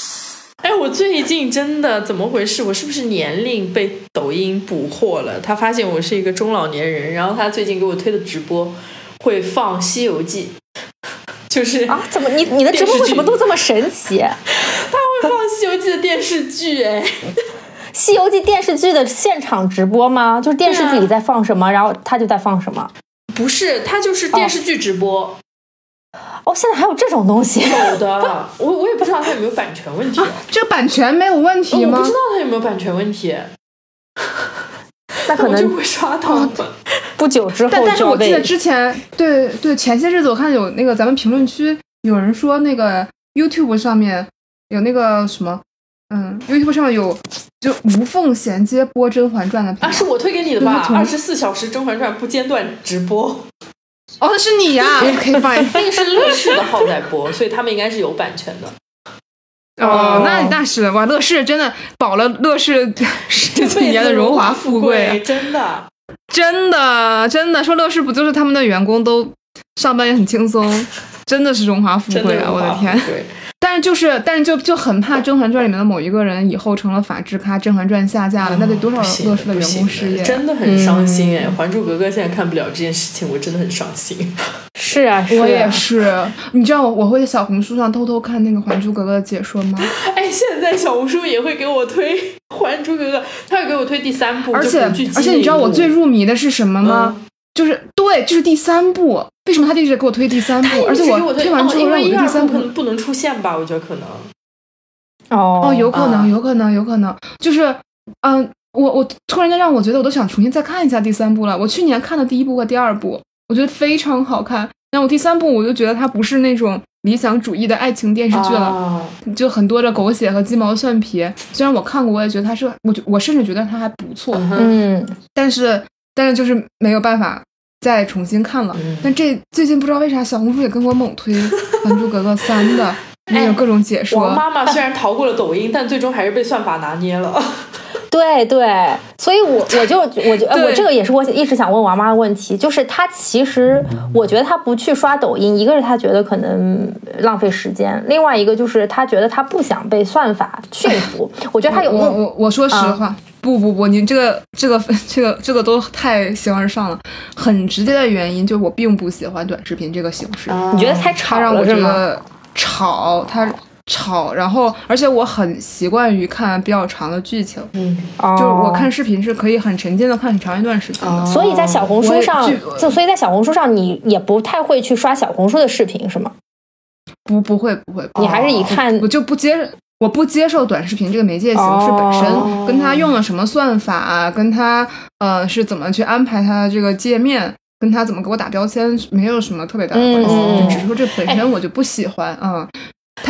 Speaker 3: 哎，我最近真的怎么回事？我是不是年龄被抖音捕获了？他发现我是一个中老年人，然后他最近给我推的直播会放《西游记》，就是
Speaker 1: 啊，怎么你你的直播为什么都这么神奇？《
Speaker 3: 会放《西游记》的电视剧，哎，
Speaker 1: 西游记》电视剧的现场直播吗？就是电视
Speaker 3: 对啊
Speaker 1: 剧里在放什么，然后他就在放什么。
Speaker 3: 不是，他就是电视剧直播，
Speaker 1: 哦，现在还有这种东西？
Speaker 3: 有的，啊我我也不知道他有没有版权
Speaker 4: 啊
Speaker 3: 问题，
Speaker 2: 这个版权没有问题
Speaker 3: 哦我
Speaker 2: 吗
Speaker 3: 不知？道他有没有版权问 题，
Speaker 1: 那可
Speaker 3: 我就
Speaker 1: 能
Speaker 3: 会刷到。
Speaker 1: 不久之
Speaker 2: 但
Speaker 1: 后
Speaker 2: 但是
Speaker 1: 就
Speaker 2: 我
Speaker 1: 要
Speaker 2: 记得
Speaker 1: 被
Speaker 2: 之前，对对，前些日子我看有那个咱们评论区有人说那个 YouTube 上面有那个什么，嗯，YouTube 上面有就无缝衔接播《甄嬛传》的频道
Speaker 3: 啊，是我推给你的
Speaker 2: 对
Speaker 3: 吧
Speaker 2: 他？从
Speaker 3: 二十四小时《甄嬛传》不间断直播，
Speaker 2: 哦，那是你呀、OK fine。
Speaker 3: 那个是乐视的号在播，所以他们应该是有版权的。
Speaker 2: 哦，那那是哇，乐视真的保了乐视十几年的荣华富贵啊，
Speaker 3: 真的。
Speaker 2: 真的真的说乐视不就是他们的员工都上班也很轻松，真的是荣华富
Speaker 3: 真
Speaker 2: 贵
Speaker 3: 的
Speaker 2: 啊！
Speaker 3: 荣
Speaker 2: 我
Speaker 3: 华
Speaker 2: 的
Speaker 3: 富
Speaker 2: 天。
Speaker 3: 贵，
Speaker 2: 但是就是，但是就就很怕《甄嬛传》里面的某一个人以后成了法制咖，《甄嬛传》下架啊了，那得多少
Speaker 3: 哦不行
Speaker 2: 乐视的
Speaker 3: 不
Speaker 2: 员
Speaker 3: 行
Speaker 2: 工失业？啊嗯
Speaker 3: 真的很伤心哎！还珠格格》现在看不了这件事情，我真的很伤心。
Speaker 1: 是啊，是啊
Speaker 2: 我也是，你知道我我会在小红书上偷偷看那个《还珠格格》的解说吗？
Speaker 3: 哎，现在小红书也会给我推《还珠格格》，他会给我推第三部，
Speaker 2: 而且
Speaker 3: 就古巨基
Speaker 2: 而且
Speaker 3: 那
Speaker 2: 你知道
Speaker 3: 一
Speaker 2: 我
Speaker 3: 部
Speaker 2: 最入迷的是什么吗？
Speaker 3: 嗯
Speaker 2: 就是对，就是第三部。为什么他就一直给我推第三
Speaker 3: 他一
Speaker 2: 部？
Speaker 3: 直
Speaker 2: 而且
Speaker 3: 给我
Speaker 2: 推
Speaker 3: 哦
Speaker 2: 完之后，
Speaker 3: 因
Speaker 2: 让
Speaker 3: 为
Speaker 2: 我
Speaker 3: 一
Speaker 2: 对
Speaker 3: 二
Speaker 2: 第三
Speaker 3: 部可
Speaker 2: 部
Speaker 3: 能不能出现吧？我觉得可能
Speaker 1: 哦
Speaker 2: 哦，有可
Speaker 3: 啊
Speaker 2: 能，有可能，有可能，就是，嗯、我我突然间让我觉得我都想重新再看一下第三部了。我去年看的第一部和第二部，我觉得非常好看。然后我第三部我就觉得它不是那种理想主义的爱情电视剧了，
Speaker 3: 啊
Speaker 2: 就很多的狗血和鸡毛蒜皮。虽然我看过，我也觉得它是，我觉我甚至觉得它还不错，
Speaker 3: 嗯哼
Speaker 1: 嗯，
Speaker 2: 但是但是就是没有办法再重新看了。
Speaker 3: 嗯
Speaker 2: 但这最近不知道为啥小红书也跟我猛推《还珠格格三》 的，那
Speaker 1: 哎
Speaker 2: 有各种解说。
Speaker 3: 王妈妈虽然逃过了抖音，但最终还是被算法拿捏了。
Speaker 1: 对对，所 以我我就我就、哎我
Speaker 2: 对
Speaker 1: 这个也是我一直想问王妈的问题，就是她其实我觉得她不去刷抖音，一个是她觉得可能浪费时间，另外一个就是她觉得她不想被算法驯服。我觉得她有啊
Speaker 2: 我
Speaker 1: 目
Speaker 2: 我我说实话，不不不，你这个这个 这个这个都太形而上了。很直接的原因就是我并不喜欢短视频这个形式，
Speaker 1: 你觉得太吵
Speaker 2: 它嗯让我
Speaker 1: 啊了是
Speaker 2: 觉
Speaker 1: 吗？
Speaker 2: 得吵，它吵，然后而且我很习惯于看比较长的剧情，
Speaker 1: 嗯
Speaker 2: 就是我看视频是可以很沉浸的看很长一段时间的。
Speaker 1: 哦。所以在小红
Speaker 2: 我
Speaker 1: 书
Speaker 2: 也
Speaker 1: 上
Speaker 2: 剧，
Speaker 1: 就所以在小红书上，你也不太会去刷小红书的视频是吗？
Speaker 2: 不不会不会，不会
Speaker 1: 你还是以看
Speaker 2: 我就哦不接受，我不接受短视频这个媒介形式本身，
Speaker 1: 哦
Speaker 2: 跟它用了什么算法，啊跟它呃是怎么去安排它的这个界面，跟它怎么给我打标签，没有什么特别大的关系，
Speaker 1: 嗯
Speaker 2: 就只是说这本
Speaker 3: 哎
Speaker 2: 身我就不喜欢啊、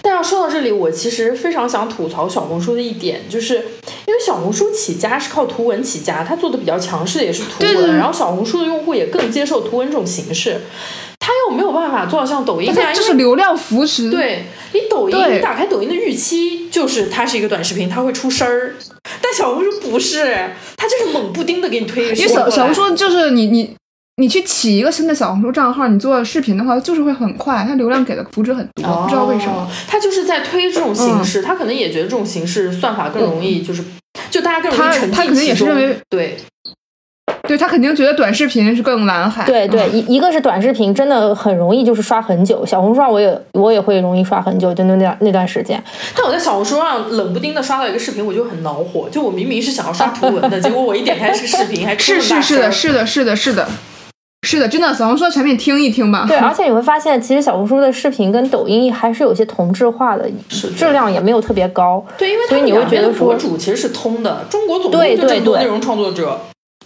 Speaker 3: 但要说到这里，我其实非常想吐槽小红书的一点，就是因为小红书起家是靠图文起家，它做的比较强势的也是图文，
Speaker 2: 对对对
Speaker 3: 然后小红书的用户也更接受图文这种形式，它又没有办法做到像抖音
Speaker 2: 嗯，
Speaker 3: 那样，
Speaker 2: 它就
Speaker 3: 因
Speaker 2: 是
Speaker 3: 为
Speaker 2: 流量扶持，，
Speaker 3: 对你抖音，
Speaker 2: 对
Speaker 3: 你打开抖音的预期就是它是一个短视频，它会出声儿，但但小红书不是，哎它就是猛不丁的给你推一个
Speaker 2: 因
Speaker 3: 事
Speaker 2: 为
Speaker 3: 情过
Speaker 2: 小
Speaker 3: 来。
Speaker 2: 小红书就是你你你去起一个新的小红书账号，你做视频的话，就是会很快，它流量给的幅值很多，不知道为什
Speaker 1: 哦
Speaker 2: 么。嗯
Speaker 3: 他哦就是在推这种形式，他可能也觉得这种形式算法更容易，就是就大家更容易
Speaker 2: 他
Speaker 3: 沉浸
Speaker 2: 他嗯可能也是
Speaker 3: 其中
Speaker 2: 认为
Speaker 3: 对，
Speaker 2: 对他肯定觉得短视频是更蓝海。
Speaker 1: 对对，
Speaker 2: 嗯
Speaker 1: 一一个是短视频，真的很容易就是刷很久。小红书上我也我也会容易刷很久，就那段那段时间。
Speaker 3: 但我在小红书上冷不丁的刷到一个视频，我就很恼火，就我明明是想要刷图文 的，结果我一点开是个视频，还出
Speaker 2: 是
Speaker 3: 了
Speaker 2: 是
Speaker 3: 大
Speaker 2: 是
Speaker 3: 事
Speaker 2: 的，
Speaker 3: 儿
Speaker 2: 是的，是的，是的，是的，真的，小红书的产品听一听吧。
Speaker 1: 对，啊而且你会发现，其实小红书的视频跟抖音还是有些同质化的，
Speaker 3: 的
Speaker 1: 质量也没有特别高。
Speaker 3: 对，因为
Speaker 1: 所以
Speaker 3: 他们
Speaker 1: 你会
Speaker 3: 两
Speaker 1: 觉
Speaker 3: 边
Speaker 1: 得
Speaker 3: 的博
Speaker 1: 说
Speaker 3: 主其实是通的，中国总共
Speaker 1: 对
Speaker 3: 就这
Speaker 1: 对
Speaker 3: 么多
Speaker 1: 对
Speaker 3: 内容创作者，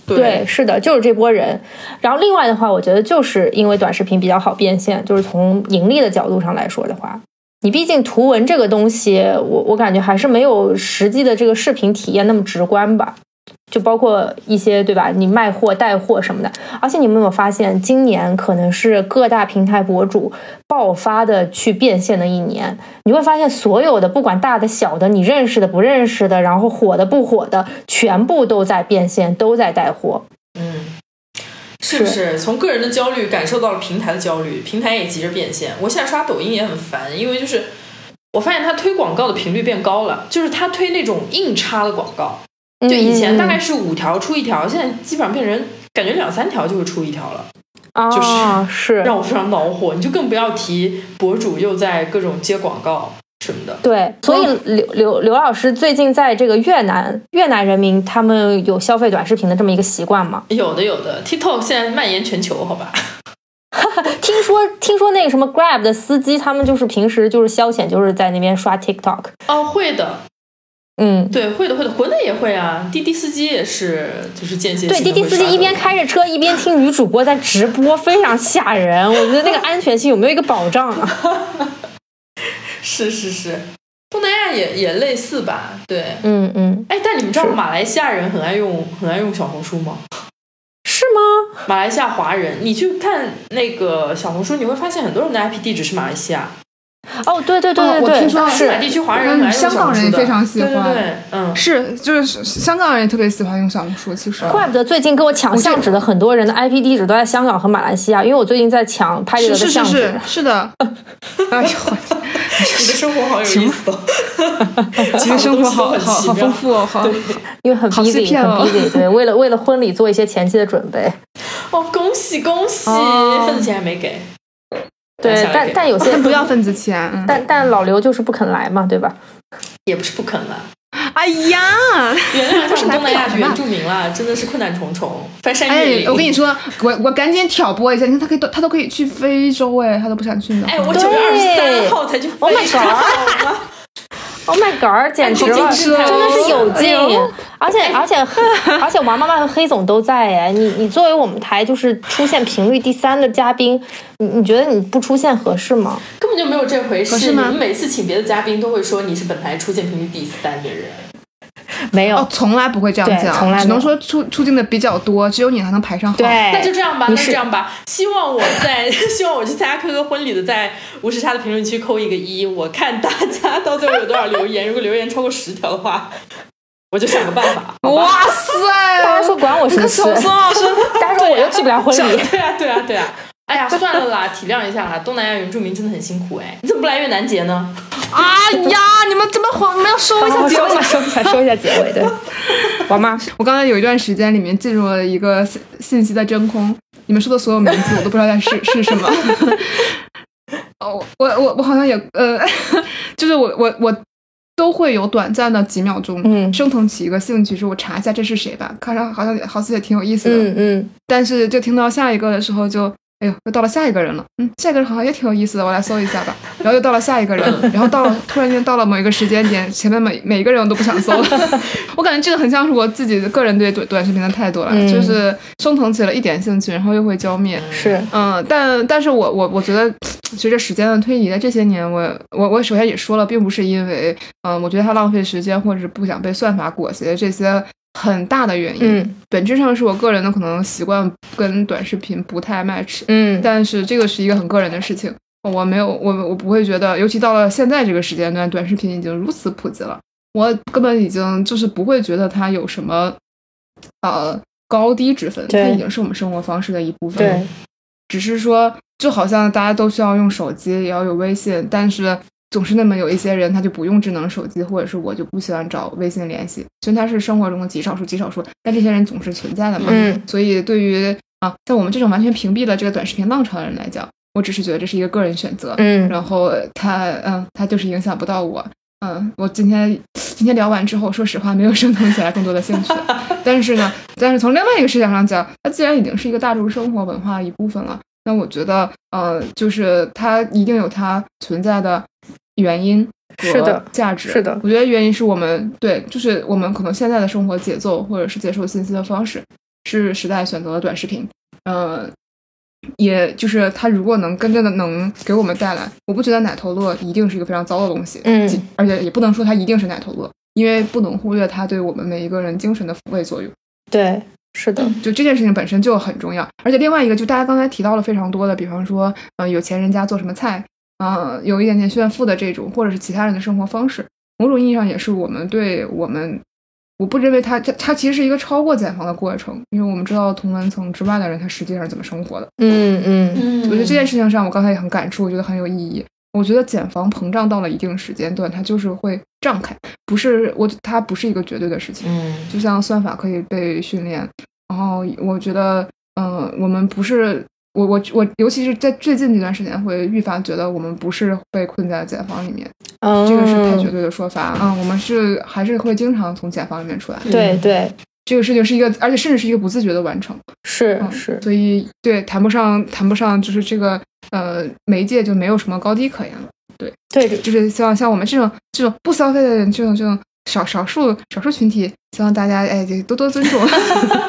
Speaker 1: 对，是的，就是这波人。然后另外的话，我觉得就是因为短视频比较好变现，就是从盈利的角度上来说的话，你毕竟图文这个东西，我我感觉还是没有实际的这个视频体验那么直观吧。就包括一些对吧，你卖货、带货什么的。而且你们有没有发现，今年可能是各大平台博主爆发的去变现的一年。你会发现，所有的不管大的、小的，你认识的、不认识的，然后火的、不火的，全部都在变现，都在带货。
Speaker 3: 嗯，是不
Speaker 2: 嗯
Speaker 3: 是从个人的焦虑感受到了平台的焦虑？平台也急着变现。我现在刷抖音也很烦，因为就是我发现它推广告的频率变高了，就是它推那种硬插的广告，就以
Speaker 1: 嗯
Speaker 3: 前大概是五条出一条，现在基本上变成感觉两三条就会出一条了，
Speaker 1: 啊、
Speaker 3: 就是
Speaker 1: 是
Speaker 3: 让我非常恼火。你就更不要提博主又在各种接广告什么的。
Speaker 1: 对，所
Speaker 3: 嗯
Speaker 1: 以刘刘刘老师最近在这个越南越南人民他们有消费短视频的这么一个习惯吗？
Speaker 3: 有的有的，TikTok 现在蔓延全球，好吧？
Speaker 1: 听说听说那个什么 Grab 的司机，他们就是平时就是消遣，就是在那边刷 TikTok。
Speaker 3: 哦，会的，
Speaker 1: 嗯，
Speaker 3: 对，会的，会的，国内也会啊。滴滴司机也是，就是间歇性
Speaker 1: 对，
Speaker 3: 地
Speaker 1: 滴滴
Speaker 3: 会
Speaker 1: 司
Speaker 3: 刷
Speaker 1: 机一
Speaker 3: 抖
Speaker 1: 边
Speaker 3: 音
Speaker 1: 开着 车一边听女主播在直播，非常吓人。我觉得那个安全性有没有一个保障啊？
Speaker 3: 是是是，东南亚也也类似吧？对。
Speaker 1: 嗯嗯，
Speaker 3: 哎，但你们知道
Speaker 1: 是
Speaker 3: 马来西亚人很爱用很爱用小红书吗？
Speaker 1: 是吗？
Speaker 3: 马来西亚华人，你去看那个小红书，你会发现很多人的 IP 地址是马来西亚，
Speaker 1: 哦，对对对
Speaker 2: 哦
Speaker 1: 对
Speaker 2: 我
Speaker 1: 对，
Speaker 2: 听说
Speaker 3: 东
Speaker 1: 是
Speaker 3: 马地区华人很爱用小
Speaker 2: 嗯香港
Speaker 3: 红书的
Speaker 2: 人也非常喜欢
Speaker 3: 对对对，嗯，
Speaker 2: 是，就是香港人也特别喜欢用小红书，其实。
Speaker 1: 怪不得最近跟我抢
Speaker 2: 我这
Speaker 1: 相纸的很多人的 IP 地址都在香港和马来西亚，因为我最近在抢拍立
Speaker 2: 是
Speaker 1: 得的
Speaker 2: 是
Speaker 1: 相
Speaker 2: 是
Speaker 1: 纸。
Speaker 2: 是是的，哎 呦，
Speaker 3: 你的生活好有意思哦，
Speaker 2: 其实生活好好好丰富哦，好
Speaker 1: 因为很
Speaker 2: 好
Speaker 1: busy，
Speaker 2: CPL 哦
Speaker 1: 很 busy，对，为了为了婚礼做一些前期的准备。
Speaker 3: 哦，恭喜恭喜，
Speaker 2: 哦
Speaker 3: 份子钱还没给，
Speaker 1: 对
Speaker 3: 下来，
Speaker 1: 但
Speaker 3: 给
Speaker 1: 但有些
Speaker 2: 但 不要份子钱。嗯
Speaker 1: 但但老刘就是不肯来嘛，对吧？
Speaker 3: 也不是不肯了，
Speaker 2: 哎呀，
Speaker 3: 原谅一下我们东南亚的
Speaker 2: 不是来不了
Speaker 3: 原
Speaker 2: 嘛
Speaker 3: 住民啦，真的是困难重重，翻山 越
Speaker 2: 哎
Speaker 3: 岭。，
Speaker 2: 我跟你说，我我赶紧挑拨一下，你看他可以都他都可以去非洲哎，他都不想去呢。
Speaker 3: 哎，我九月二十三号才去非洲，
Speaker 1: Oh my god
Speaker 3: 好吗
Speaker 1: Oh my god，简直了，
Speaker 3: 有劲
Speaker 1: 真的是有劲
Speaker 2: 哎呦，
Speaker 1: 而且而且而且王妈妈和黑总都在哎，你你作为我们台就是出现频率第三的嘉宾，你你觉得你不出现合适吗？
Speaker 3: 根本就没有这回事。
Speaker 2: 不是
Speaker 3: 你
Speaker 2: 吗
Speaker 3: 们每次请别的嘉宾都会说你是本台出现频率第三的人，
Speaker 1: 没有
Speaker 2: 哦，从来不会这样
Speaker 1: 对
Speaker 2: 讲，
Speaker 1: 从来没有
Speaker 2: 只能说出出镜的比较多，只有你才能排上号。
Speaker 1: 对，
Speaker 3: 那就这样吧，
Speaker 1: 你
Speaker 3: 那
Speaker 1: 是
Speaker 3: 就这样吧。希望我在， 希望我去参加科科婚礼的，在无时差的评论区扣一个一，我看大家到最后有多少留 言。如果留言超过十条的话，我就想个办 法。好吧
Speaker 2: 哇 塞！
Speaker 1: 大家说管我什么
Speaker 2: 你看
Speaker 1: 事
Speaker 2: 小？宋老师，
Speaker 1: 大家说我又去不了婚礼。
Speaker 3: 对啊，对啊，对啊。哎 呀，算了啦，体谅一下啦。东南亚原住民真的很辛苦哎，你怎么不来越南节呢？
Speaker 2: 哎呀，你们怎么我们要收一下
Speaker 1: 好
Speaker 2: 节
Speaker 1: 收一
Speaker 2: 目
Speaker 1: 下，？收一下，收一下结尾。 对，王妈，
Speaker 2: 我刚才有一段时间里面进入了一个信信息的真空，你们说的所有名字我都不知道在是是什么。 哦，我我我好像也呃， 就是我我我都会有短暂的几秒钟，
Speaker 1: 嗯
Speaker 2: 升腾起一个兴趣，说我查一下这是谁吧，看上好像好似也挺有意思的，
Speaker 1: 嗯嗯，
Speaker 2: 但是就听到下一个的时候就，哎呦，又到了下一个人了。嗯，下一个人好像也挺有意思的，我来搜一下吧。 然后又到了下一个人，然后到了突然间到了某一个时间点，前面每每一个人我都不想搜了。 我感觉这个很像是我自己个人对短短视频的态度了，
Speaker 1: 嗯
Speaker 2: 就是升腾起了一点兴趣，然后又会浇灭。
Speaker 1: 是。
Speaker 2: 嗯，但但是我我我觉得，随着时间的推移，在这些年我，我我首先也说了，并不是因为，嗯，我觉得它浪费时间，或者是不想被算法裹挟这些很大的原因，
Speaker 1: 嗯
Speaker 2: 本质上是我个人的可能习惯跟短视频不太 match，、
Speaker 1: 嗯，
Speaker 2: 但是这个是一个很个人的事情，我没有我我不会觉得，尤其到了现在这个时间段，短视频已经如此普及了。我根本已经就是不会觉得它有什么呃高低之分，它
Speaker 1: 对
Speaker 2: 已经是我们生活方式的一部分。
Speaker 1: 对，
Speaker 2: 只是说，就好像大家都需要用手机，也要有微信，但是总是那么有一些人，他就不用智能手机，或者是我就不喜欢找微信联系。虽然他是生活中的极少数，极少数，但这些人总是存在的嘛。
Speaker 1: 嗯
Speaker 2: 所以对于啊，像我们这种完全屏蔽了这个短视频浪潮的人来讲，我只是觉得这是一个个人选择。
Speaker 1: 嗯，
Speaker 2: 然后他嗯，他就是影响不到我。嗯，我今天今天聊完之后，说实话没有升腾起来更多的 兴趣，但是呢，但是从另外一个视角上讲，它既然已经是一个大众生活文化一部分了，那我觉得呃，就是它一定有它存在的原因
Speaker 1: 是
Speaker 2: 和
Speaker 1: 的
Speaker 2: 价值。
Speaker 1: 是的
Speaker 2: 我觉得原因是我们对，就是我们可能现在的生活节奏或者是接受信息的方式，是时代选择了短视频，呃，也就是它如果能跟着的能给我们带来，我不觉得奶头乐一定是一个非常糟的东西，
Speaker 1: 嗯
Speaker 2: 即，而且也不能说它一定是奶头乐，因为不能忽略它对我们每一个人精神的抚慰作用。
Speaker 1: 对，是的，
Speaker 2: 就这件事情本身就很重要，而且另外一个就大家刚才提到了非常多的，比方说，嗯、有钱人家做什么菜，啊、有一点点炫富的这种，或者是其他人的生活方式，某种意义上也是我们对我们，我不认为它它它其实是一个超过茧房的过程，因为我们知道同文层之外的人他实际上是怎么生活的。
Speaker 1: 嗯嗯
Speaker 3: 嗯
Speaker 2: 我觉得这件事情上，我刚才也很感触，我觉得很有意义。我觉得茧房膨胀到了一定时间段，它就是会胀开，不是我它不是一个绝对的事情。
Speaker 6: 嗯
Speaker 2: 就像算法可以被训练，然后我觉得，嗯、我们不是我我我，尤其是在最近这段时间，会愈发觉得我们不是被困在茧房里面，
Speaker 1: 嗯，
Speaker 2: 这个是太绝对的说法。嗯，我们是还是会经常从茧房里面出来。
Speaker 1: 对对
Speaker 2: 这个事情是一个，而且甚至是一个不自觉的完成。
Speaker 1: 是
Speaker 2: 嗯
Speaker 1: 是，
Speaker 2: 所以对谈不上谈不上，就是这个呃媒介就没有什么高低可言了。
Speaker 1: 对
Speaker 2: 就是像像我们这种这种不消费的人，这种这种少少数少数群体，希望大家哎就多多尊重。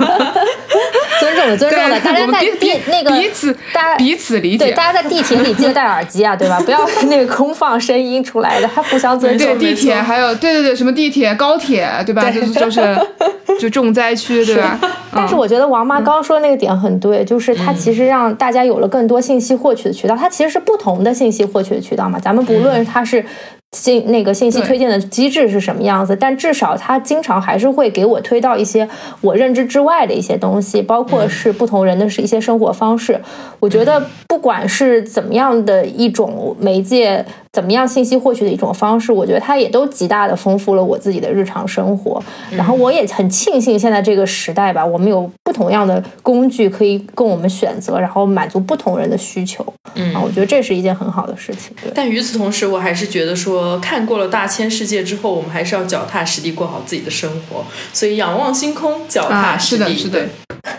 Speaker 1: 尊重的尊重的，
Speaker 2: 对，
Speaker 1: 大
Speaker 2: 我
Speaker 1: 家
Speaker 2: 们
Speaker 1: 在
Speaker 2: 彼
Speaker 1: 地
Speaker 2: 彼
Speaker 1: 那个
Speaker 2: 彼此
Speaker 1: 大家
Speaker 2: 彼此理
Speaker 1: 对
Speaker 2: 解。
Speaker 1: 大家在地铁里记得戴耳机啊，对吧？不要 那个空放声音出来的，还互相尊重
Speaker 2: 对。地铁，还有对对对，什么地铁、高铁，对吧？就是就是就重灾区，对吧？啊
Speaker 1: 但是我觉得王妈刚刚说那个点很对，就是它其实让大家有了更多信息获取的渠道，它其实是不同的信息获取的渠道嘛。咱们不论它是信那个信息
Speaker 2: 对
Speaker 1: 推荐的机制是什么样子，但至少它经常还是会给我推到一些我认知之外的一些东西，包括是不同人的是一些生活方式。我觉得不管是怎么样的一种媒介，怎么样信息获取的一种方式，我觉得它也都极大的丰富了我自己的日常生活。然后我也很庆幸现在这个时代吧，我们有不同样的工具可以供我们选择，然后满足不同人的需求。
Speaker 3: 嗯
Speaker 1: 啊，我觉得这是一件很好的事情。 对，
Speaker 3: 但与此同时，我还是觉得说，看过了大千世界之后，我们还是要脚踏实地过好自己的生活。所以仰望星空，脚踏
Speaker 2: 啊，
Speaker 3: 实
Speaker 2: 是
Speaker 3: 地。
Speaker 2: 的，是的。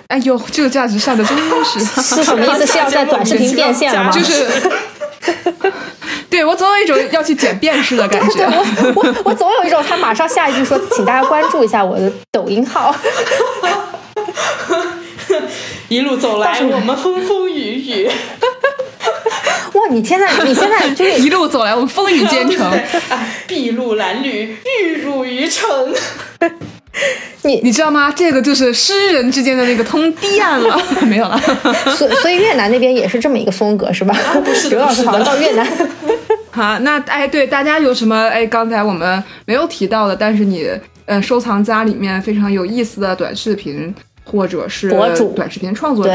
Speaker 2: 哎呦，这个价值上的真是。
Speaker 1: 是什 么意思？是要在短视频变现了吗？
Speaker 2: 就是，对我总有一种要去捡便士的感觉。
Speaker 1: 我我总有一种他马上下一句说，请大家关注一下我的抖音号。
Speaker 3: 一路走
Speaker 1: 但
Speaker 3: 来，
Speaker 1: 是我
Speaker 3: 我们风风雨雨。
Speaker 1: 哇，你现在你现在就是
Speaker 2: 一路走来，我们风雨兼程。
Speaker 3: 啊，筚路蓝缕，玉汝于成。
Speaker 2: 你知道吗？这个就是诗人之间的那个通电 了，没有了。
Speaker 1: 所所以越南那边也是这么一个风格是吧？
Speaker 3: 啊是的
Speaker 1: 刘老师好像
Speaker 3: 是的
Speaker 1: 到越南，
Speaker 2: 好，那哎，对大家有什么哎，刚才我们没有提到的，但是你呃，收藏家里面非常有意思的短视频。或者是
Speaker 1: 博主
Speaker 2: 短视频创作者，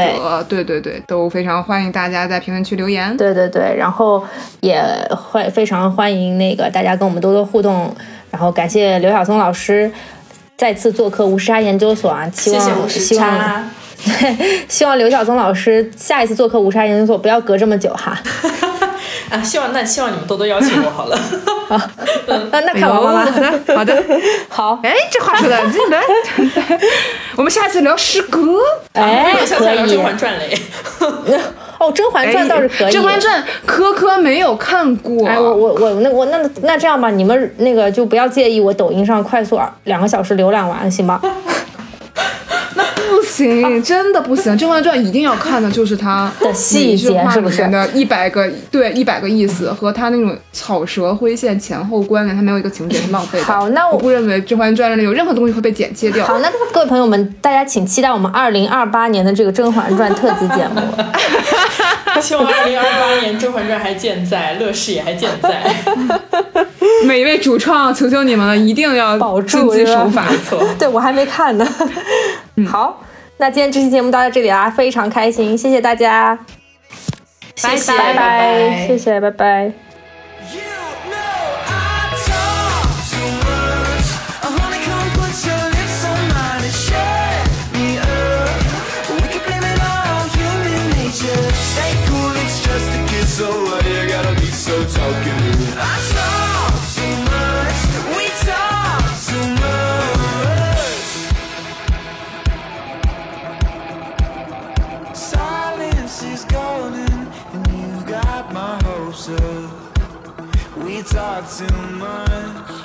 Speaker 2: 对对对，都非常欢迎大家在评论区留言。
Speaker 1: 对对对，然后也欢非常欢迎那个大家跟我们多多互动，然后感谢刘晓松老师再次做客无时差研究所啊，希
Speaker 3: 谢
Speaker 1: 望
Speaker 3: 谢我时
Speaker 1: 希望
Speaker 3: 差。
Speaker 1: 希望刘晓松老师下一次做客无时差研究所不要隔这么久哈。
Speaker 3: 啊，希望那希望你们多多邀请我好了。
Speaker 1: 那那看完
Speaker 2: 哎好
Speaker 1: 了吗？
Speaker 2: 的，好的。
Speaker 1: 好，
Speaker 2: 哎，这话说的，这来，我们下次聊诗歌。
Speaker 1: 哎，
Speaker 3: 下次
Speaker 1: 可
Speaker 3: 还聊《
Speaker 1: 以
Speaker 3: 甄嬛传》嘞。
Speaker 1: 哦，《甄嬛传》倒是可以，
Speaker 2: 哎甄嬛传》科科没有看过。
Speaker 1: 哎，我我我那我那那这样吧，你们那个就不要介意我抖音上快速两个小时浏览完，行吗？
Speaker 2: 不行，真的不行，《甄嬛传》一定要看的就是它
Speaker 1: 的细节
Speaker 2: 每句话
Speaker 1: 是不是
Speaker 2: 里面的一百个对一百个意思和它那种草蛇灰线前后关联，它没有一个情节是浪费的。
Speaker 1: 好那我
Speaker 2: 我不认为《甄嬛传》里有任何东西会被剪切掉。
Speaker 1: 好，那各位朋友们，大家请期待我们二零二八年的这个《甄嬛传》特辑节目。
Speaker 3: 希望二零二八年《甄嬛传》还健在，乐视也还健 在。
Speaker 2: 每一位主创，求求你们了，一定要
Speaker 1: 保住
Speaker 2: 遵纪
Speaker 1: 是吧
Speaker 2: 守法。
Speaker 1: 对我还没看呢。好，那今天这期节目到这里啦，非常开心，谢谢大家，
Speaker 3: 谢谢
Speaker 1: 拜拜，谢谢，拜拜。
Speaker 7: You know I talk too much. Oh, honey, come put your lips on mine and shut me up. We can blame it all on human nature. Stay cool, it's just a kiss. So why you gotta be so talkative? I talk too much. We talk too much. Silence is golden, and you got my hopes up. We talk too much.